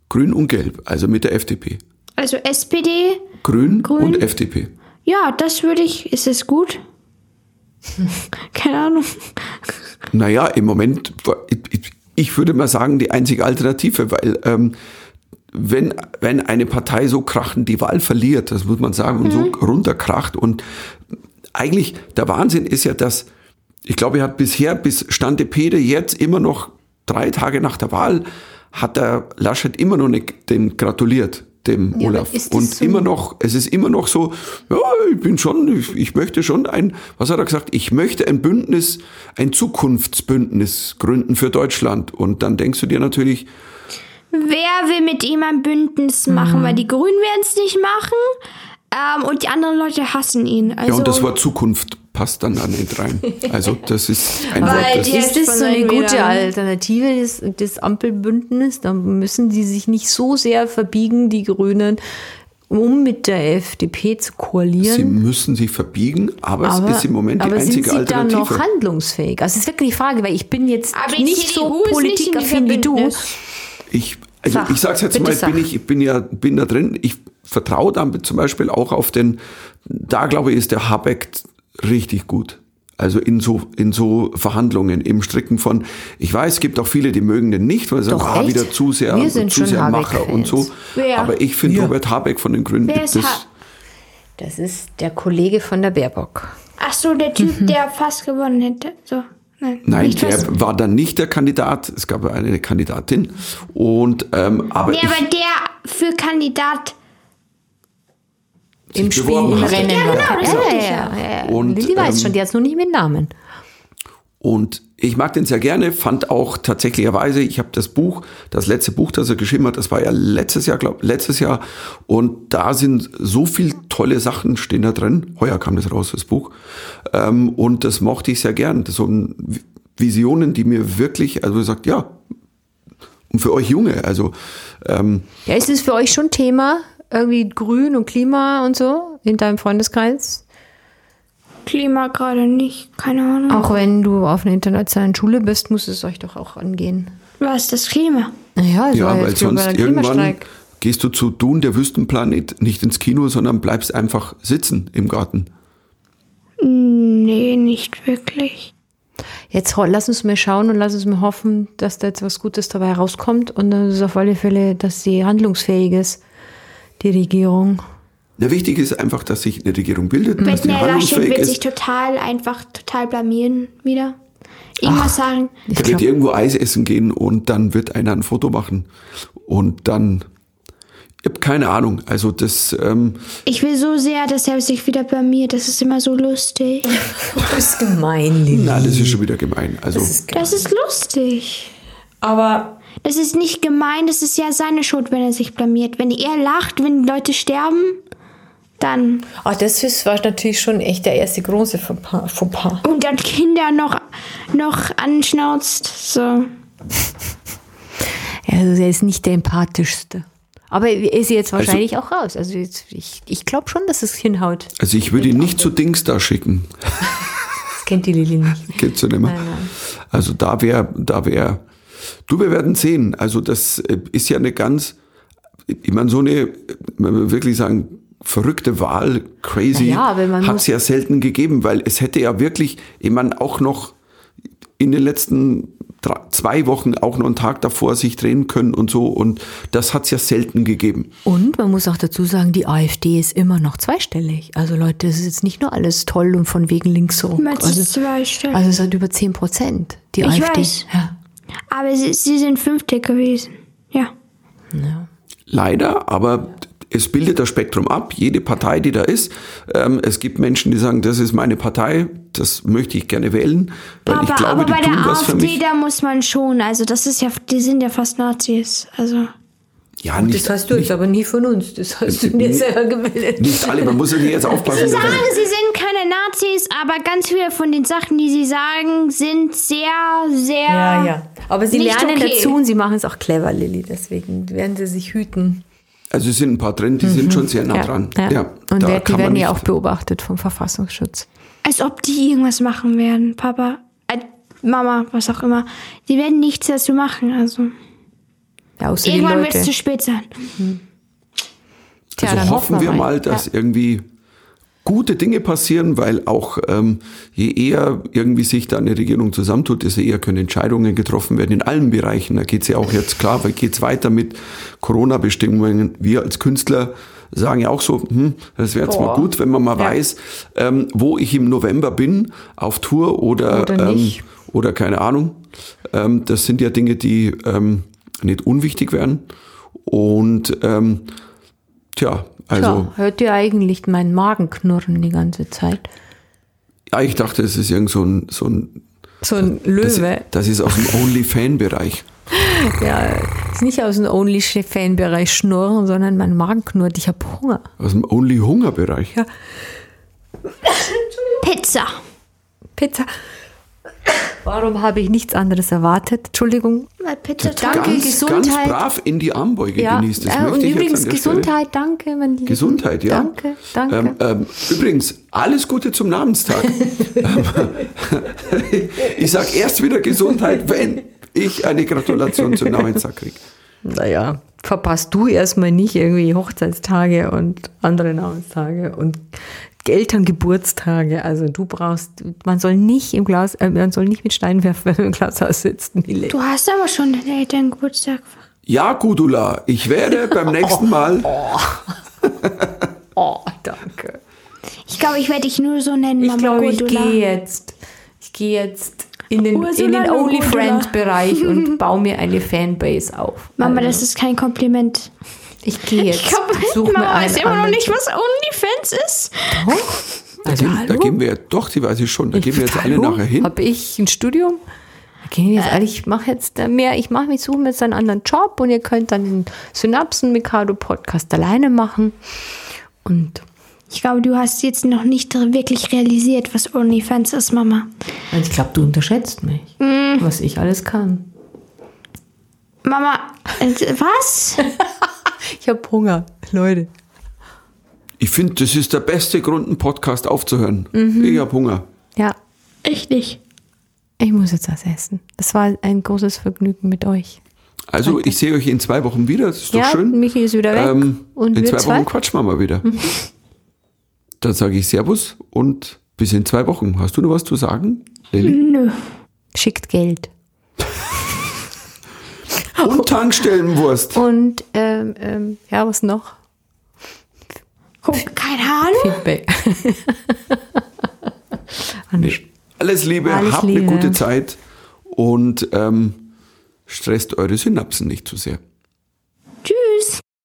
[SPEAKER 1] grün und gelb. Also mit der FDP.
[SPEAKER 2] Also SPD,
[SPEAKER 1] Grün,
[SPEAKER 2] Grün.
[SPEAKER 1] und FDP.
[SPEAKER 2] ja, das würde ich. Ist
[SPEAKER 1] (laughs)
[SPEAKER 2] es gut? Keine Ahnung.
[SPEAKER 1] Naja, im Moment, ich- ich würde mal sagen, die einzige Alternative, weil ähm, wenn, wenn eine Partei so krachend die Wahl verliert, das muss man sagen, und
[SPEAKER 3] Mhm.
[SPEAKER 1] so runterkracht und eigentlich der Wahnsinn ist ja, dass ich glaube, er hat bisher, bis Stande Pede jetzt immer noch drei Tage nach der Wahl, hat der Laschet immer noch nicht den gratuliert, dem Olaf.
[SPEAKER 3] ist das
[SPEAKER 1] Und
[SPEAKER 3] so?
[SPEAKER 1] immer noch, es ist immer noch so, ja, ich bin schon, ich, ich möchte schon ein, was hat er gesagt? Ich möchte ein Bündnis, ein Zukunftsbündnis gründen für Deutschland. Und dann denkst du dir natürlich,
[SPEAKER 2] Wer will mit ihm ein Bündnis machen?
[SPEAKER 1] Mhm.
[SPEAKER 2] Weil die Grünen werden es nicht machen. Ähm, und die anderen Leute hassen ihn. Also,
[SPEAKER 1] ja, und das Wort Zukunft passt dann da nicht
[SPEAKER 3] (laughs)
[SPEAKER 1] rein. Also, das ist ein
[SPEAKER 4] Weil
[SPEAKER 1] Wort, das
[SPEAKER 4] die-
[SPEAKER 3] Ist das so eine
[SPEAKER 4] Von den
[SPEAKER 3] gute
[SPEAKER 4] Wählern.
[SPEAKER 3] Alternative des, des Ampelbündnisses? Da müssen die sich nicht so sehr verbiegen, die Grünen, um mit der FDP zu
[SPEAKER 1] Sie
[SPEAKER 3] koalieren.
[SPEAKER 1] müssen sich verbiegen, aber,
[SPEAKER 3] aber
[SPEAKER 1] es ist im Moment die
[SPEAKER 3] aber
[SPEAKER 1] einzige
[SPEAKER 3] sind sie dann
[SPEAKER 1] Alternative.
[SPEAKER 3] noch handlungsfähig? Also es ist wirklich die Frage, weil ich bin jetzt
[SPEAKER 2] Aber die
[SPEAKER 3] nicht so
[SPEAKER 2] CDU ist nicht in
[SPEAKER 3] politikaffin wie
[SPEAKER 2] diesem
[SPEAKER 3] du.
[SPEAKER 2] Bündnis.
[SPEAKER 1] Ich, also
[SPEAKER 3] Sag,
[SPEAKER 1] ich sag's jetzt
[SPEAKER 3] bitte
[SPEAKER 1] mal,
[SPEAKER 3] sag.
[SPEAKER 1] bin ich, ich bin ja, bin da drin. Ich vertraue dann zum Beispiel auch auf den, da glaube ich, ist der Habeck richtig gut. Also in so, in so Verhandlungen, im Stricken von, ich weiß, es gibt auch viele, die mögen den nicht, weil sie sagen,
[SPEAKER 3] Doch,
[SPEAKER 1] ah,
[SPEAKER 3] echt?
[SPEAKER 1] wieder zu sehr,
[SPEAKER 3] Wir sind
[SPEAKER 1] zu
[SPEAKER 3] schon
[SPEAKER 1] sehr Macher
[SPEAKER 3] Habeck-Fans.
[SPEAKER 1] und so.
[SPEAKER 2] Wer?
[SPEAKER 1] Aber ich finde Robert Habeck von den Grünen,
[SPEAKER 2] Wer ist
[SPEAKER 1] das,
[SPEAKER 2] Ha-
[SPEAKER 3] Das ist der Kollege von der Baerbock.
[SPEAKER 2] ach so, der Typ, der fast gewonnen hätte. So. Nein,
[SPEAKER 1] Mhm. Nein,
[SPEAKER 2] nicht was-
[SPEAKER 1] der war dann nicht der Kandidat. Es gab eine Kandidatin. Und, ähm, aber
[SPEAKER 2] Nee,
[SPEAKER 1] ich
[SPEAKER 2] aber der für Kandidat.
[SPEAKER 3] Im
[SPEAKER 1] sich beworben
[SPEAKER 3] Spiel, im
[SPEAKER 1] hatte.
[SPEAKER 3] Rennen.
[SPEAKER 1] Ja,
[SPEAKER 3] war-
[SPEAKER 1] genau,
[SPEAKER 3] ja,
[SPEAKER 1] richtig,
[SPEAKER 3] ja, ja.
[SPEAKER 1] Und,
[SPEAKER 3] Lilly weiß
[SPEAKER 1] ähm,
[SPEAKER 3] schon, die hat es nur nicht mit Namen.
[SPEAKER 1] Und ich mag den sehr gerne, fand auch tatsächlicherweise, ich habe das Buch, das letzte Buch, das er geschrieben hat, das war ja letztes Jahr, glaube letztes Jahr. Und da sind so viel tolle Sachen stehen da drin. Heuer kam das raus, das Buch. Ähm, und das mochte ich sehr gern. Das so ein Vi- Visionen, die mir wirklich, also sagt, ja, und für euch Junge, also ähm,
[SPEAKER 3] Ja, ist es für euch schon Thema? Irgendwie Grün und Klima und so in deinem Freundeskreis?
[SPEAKER 2] Klima gerade nicht, keine Ahnung.
[SPEAKER 1] Oh.
[SPEAKER 3] Auch wenn du auf einer internationalen Schule bist, muss es euch doch auch angehen.
[SPEAKER 2] Was ist das Klima?
[SPEAKER 3] Naja, es
[SPEAKER 2] Also
[SPEAKER 1] ja,
[SPEAKER 3] war
[SPEAKER 1] weil
[SPEAKER 3] also jetzt globaler
[SPEAKER 1] sonst irgendwann
[SPEAKER 3] Klimastreik.
[SPEAKER 1] gehst du zu Dun, der Wüstenplanet, nicht ins Kino, sondern bleibst einfach sitzen im Garten.
[SPEAKER 2] Nee, nicht wirklich.
[SPEAKER 3] Jetzt ho- lass uns mal schauen und lass uns mal hoffen, dass da jetzt was Gutes dabei rauskommt und dann ist es auf alle Fälle, dass sie handlungsfähig ist, die Regierung.
[SPEAKER 1] Na, wichtig ist einfach, dass sich eine Regierung bildet, dass die
[SPEAKER 2] Bettner Laschet
[SPEAKER 1] handlungsfähig
[SPEAKER 2] wird sich
[SPEAKER 1] ist.
[SPEAKER 2] total einfach total blamieren wieder. Irgendwas sagen.
[SPEAKER 3] Ich
[SPEAKER 1] Da wird
[SPEAKER 3] glaub,
[SPEAKER 1] irgendwo Eis essen gehen und dann wird einer ein Foto machen. Und dann, ich habe keine Ahnung. Also das, ähm,
[SPEAKER 2] Ich will so sehr, dass er sich wieder blamiert. Das ist immer so lustig.
[SPEAKER 3] Genau. das ist gemein, Lili.
[SPEAKER 1] na, das ist schon wieder gemein. Also
[SPEAKER 2] Das ist lustig.
[SPEAKER 3] Aber
[SPEAKER 2] Das ist nicht gemein, das ist ja seine Schuld, wenn er sich blamiert. Wenn er lacht, wenn die Leute sterben, dann.
[SPEAKER 3] ach, Ah, das ist- war natürlich schon echt der erste große Fauxpas. Fauxpas.
[SPEAKER 2] Und dann Kinder noch, noch anschnauzt. So.
[SPEAKER 3] Also er ist nicht der empathischste. Aber er ist jetzt wahrscheinlich auch raus. Also jetzt, ich, ich glaube schon, dass es hinhaut.
[SPEAKER 1] also ich würde ihn nicht zu Dings da schicken.
[SPEAKER 3] Das kennt die Lili nicht.
[SPEAKER 1] Geht's ja nicht mehr. Also da wäre, da wäre. Du, wir werden sehen. Also das äh, ist ja eine ganz, ich meine, so eine, äh, man will wirklich sagen, verrückte Wahl, crazy,
[SPEAKER 3] Ja, aber man
[SPEAKER 1] hat
[SPEAKER 3] muss-
[SPEAKER 1] es ja selten gegeben, weil es hätte ja wirklich, ich meine, auch noch in den letzten drei, zwei Wochen auch noch einen Tag davor sich drehen können und so. Und das hat es ja selten gegeben.
[SPEAKER 3] Und man muss auch dazu sagen, die AfD ist immer noch zweistellig. Also Leute, es ist jetzt nicht nur alles toll und von wegen links so.
[SPEAKER 2] Meinst du,
[SPEAKER 3] Also,
[SPEAKER 2] zwei Stellen?
[SPEAKER 3] also es sind über 10 Prozent, die
[SPEAKER 2] Ich
[SPEAKER 3] AfD.
[SPEAKER 2] weiß.
[SPEAKER 3] Ja.
[SPEAKER 2] Aber sie, sie sind fünfte gewesen. Ja.
[SPEAKER 1] Leider, aber es bildet das Spektrum ab, jede Partei, die da ist. Ähm, es gibt Menschen, die sagen, das ist meine Partei, das möchte ich gerne wählen, weil
[SPEAKER 2] aber
[SPEAKER 1] ich glaube,
[SPEAKER 2] aber bei
[SPEAKER 1] die tun
[SPEAKER 2] der
[SPEAKER 1] was für
[SPEAKER 2] AfD,
[SPEAKER 1] mich.
[SPEAKER 2] da muss man schon. Also, das ist ja. Die sind ja fast Nazis. Also.
[SPEAKER 1] Ja, nicht, nicht,
[SPEAKER 3] aber nie von uns. Das hast
[SPEAKER 1] du dir selber
[SPEAKER 3] gemeldet.
[SPEAKER 1] nicht
[SPEAKER 3] (laughs)
[SPEAKER 1] alle, man muss ja nicht jetzt aufpassen.
[SPEAKER 2] sagen,
[SPEAKER 1] dass-
[SPEAKER 2] sie sind keine Nazis, aber ganz viele von den Sachen, die sie sagen, sind sehr, sehr.
[SPEAKER 3] Ja, ja. Aber sie
[SPEAKER 2] Nicht
[SPEAKER 3] lernen
[SPEAKER 2] okay.
[SPEAKER 3] dazu und sie machen es auch clever, Lilly. Deswegen werden sie sich hüten.
[SPEAKER 1] Also es sind ein paar drin, die sind schon sehr nah dran. Ja,
[SPEAKER 3] Und
[SPEAKER 1] da
[SPEAKER 3] wer-
[SPEAKER 1] kann
[SPEAKER 3] die
[SPEAKER 1] man
[SPEAKER 3] werden ja
[SPEAKER 1] nicht-
[SPEAKER 3] auch beobachtet vom Verfassungsschutz.
[SPEAKER 2] Als ob die irgendwas machen werden, Papa. Äh, Mama, was auch immer. Die werden nichts dazu machen. Also.
[SPEAKER 3] Ja, außer
[SPEAKER 2] Irgendwann
[SPEAKER 3] die
[SPEAKER 2] wird
[SPEAKER 3] Leute.
[SPEAKER 2] es zu spät sein.
[SPEAKER 3] Tja,
[SPEAKER 1] also
[SPEAKER 3] dann halt.
[SPEAKER 1] hoffen wir mal,
[SPEAKER 3] Ja.
[SPEAKER 1] dass irgendwie gute Dinge passieren, weil auch ähm, je eher irgendwie sich da eine Regierung zusammentut, desto eher können Entscheidungen getroffen werden in allen Bereichen. Da geht's ja auch jetzt klar, weil geht's weiter mit Corona-Bestimmungen. Wir als Künstler sagen ja auch so, hm, das wäre jetzt mal gut, wenn man mal weiß, ähm, wo ich im November bin, auf Tour oder,
[SPEAKER 3] Oder
[SPEAKER 1] ähm,
[SPEAKER 3] nicht.
[SPEAKER 1] oder keine Ahnung. Ähm, das sind ja Dinge, die ähm, nicht unwichtig werden. Und ähm, tja, also.
[SPEAKER 3] Tja, hört ihr eigentlich meinen Magen knurren die ganze Zeit?
[SPEAKER 1] Ja, ich dachte, es ist irgend so ein, so ein
[SPEAKER 3] So ein
[SPEAKER 1] das,
[SPEAKER 3] Löwe.
[SPEAKER 1] das ist aus dem Only-Fan-Bereich.
[SPEAKER 3] Ja, ist nicht aus dem Only-Fan-Bereich schnurren, sondern mein Magen knurrt. Ich habe Hunger.
[SPEAKER 1] Aus dem Only-Hunger-Bereich.
[SPEAKER 2] Pizza.
[SPEAKER 3] Pizza. Warum habe ich nichts anderes erwartet? Entschuldigung.
[SPEAKER 2] Weil Pizza
[SPEAKER 3] Danke,
[SPEAKER 1] ganz,
[SPEAKER 3] Gesundheit.
[SPEAKER 1] ganz brav in die Armbeuge genießt. Das
[SPEAKER 3] äh,
[SPEAKER 1] möchte
[SPEAKER 3] und
[SPEAKER 1] ich
[SPEAKER 3] übrigens
[SPEAKER 1] jetzt an der Stelle-
[SPEAKER 3] Gesundheit, danke, mein Lieber.
[SPEAKER 1] Gesundheit, ja.
[SPEAKER 3] Danke, danke.
[SPEAKER 1] Ähm, ähm, übrigens, alles Gute zum
[SPEAKER 3] (laughs)
[SPEAKER 1] Namenstag. Ähm, (laughs) ich sag erst wieder Gesundheit, wenn ich eine Gratulation zum Namenstag kriege.
[SPEAKER 3] naja, verpasst du erstmal nicht irgendwie Hochzeitstage und andere Namenstage und Elterngeburtstage. Also du brauchst, man soll nicht im Glas, äh, man soll nicht mit Steinwerfer im Glashaus sitzen, Lilly.
[SPEAKER 2] Du hast aber schon den äh, Elterngeburtstag.
[SPEAKER 1] Ja, Gudula, ich
[SPEAKER 3] (laughs)
[SPEAKER 1] werde beim nächsten Mal.
[SPEAKER 3] Oh, danke.
[SPEAKER 2] Ich glaube, ich werde dich nur so nennen,
[SPEAKER 3] Ich
[SPEAKER 2] Mama
[SPEAKER 3] glaube, ich
[SPEAKER 2] Gundula.
[SPEAKER 3] gehe jetzt. Ich gehe jetzt. in den, in
[SPEAKER 4] Ursula
[SPEAKER 3] den
[SPEAKER 4] Lugula.
[SPEAKER 2] (laughs)
[SPEAKER 3] OnlyFriend-Bereich und baue mir eine Fanbase auf.
[SPEAKER 2] Mama,
[SPEAKER 3] Also,
[SPEAKER 2] das ist kein Kompliment.
[SPEAKER 3] ich gehe jetzt.
[SPEAKER 2] Ich glaube,
[SPEAKER 3] such mir
[SPEAKER 2] Mama
[SPEAKER 3] einen
[SPEAKER 2] weiß immer noch
[SPEAKER 3] anderen
[SPEAKER 2] nicht, was OnlyFans ist.
[SPEAKER 1] (laughs)
[SPEAKER 3] Doch.
[SPEAKER 1] Da,
[SPEAKER 3] Also,
[SPEAKER 1] gehen,
[SPEAKER 3] hallo?
[SPEAKER 1] da gehen wir, doch, die weiß ich schon, da gehen wir jetzt alle
[SPEAKER 3] Hallo?
[SPEAKER 1] nachher hin.
[SPEAKER 3] Hab ich ein Studium? Da Gehen
[SPEAKER 2] Äh.
[SPEAKER 3] wir jetzt alle, ich mache jetzt da mehr, ich mache mich suchen jetzt einen anderen Job und ihr könnt dann den Synapsen Mikado Podcast alleine machen. Und
[SPEAKER 2] Ich glaube, du hast jetzt noch nicht wirklich realisiert, was OnlyFans ist, Mama.
[SPEAKER 3] also ich glaube, du unterschätzt mich,
[SPEAKER 2] Mm.
[SPEAKER 3] was ich alles kann.
[SPEAKER 2] Mama, äh, (laughs) was?
[SPEAKER 3] Ich habe Hunger, Leute.
[SPEAKER 1] Ich finde, das ist der beste Grund, einen Podcast aufzuhören.
[SPEAKER 3] Mhm.
[SPEAKER 1] Ich habe Hunger.
[SPEAKER 3] Ja,
[SPEAKER 2] ich nicht.
[SPEAKER 3] ich muss jetzt was essen. Das war ein großes Vergnügen mit euch.
[SPEAKER 1] Also, ich sehe euch in zwei Wochen wieder. Das ist doch
[SPEAKER 3] ja,
[SPEAKER 1] schön.
[SPEAKER 3] Michi ist wieder weg.
[SPEAKER 1] Ähm,
[SPEAKER 3] und
[SPEAKER 1] in
[SPEAKER 3] wir
[SPEAKER 1] zwei,
[SPEAKER 3] zwei. Mhm.
[SPEAKER 1] Wochen quatschen wir mal wieder. Dann sage ich Servus und bis in zwei Wochen. Hast du noch was zu sagen,
[SPEAKER 3] (laughs)
[SPEAKER 1] Lilly?
[SPEAKER 2] Nö.
[SPEAKER 3] Schickt Geld.
[SPEAKER 1] Und Tankstellenwurst.
[SPEAKER 3] Und ähm, ähm, ja, was noch?
[SPEAKER 2] Guck, keine Ahnung.
[SPEAKER 3] (laughs) Feedback. Anders.
[SPEAKER 1] Alles Liebe,
[SPEAKER 3] Alles
[SPEAKER 1] habt
[SPEAKER 3] Liebe.
[SPEAKER 1] eine gute Zeit und ähm, stresst eure Synapsen nicht zu sehr.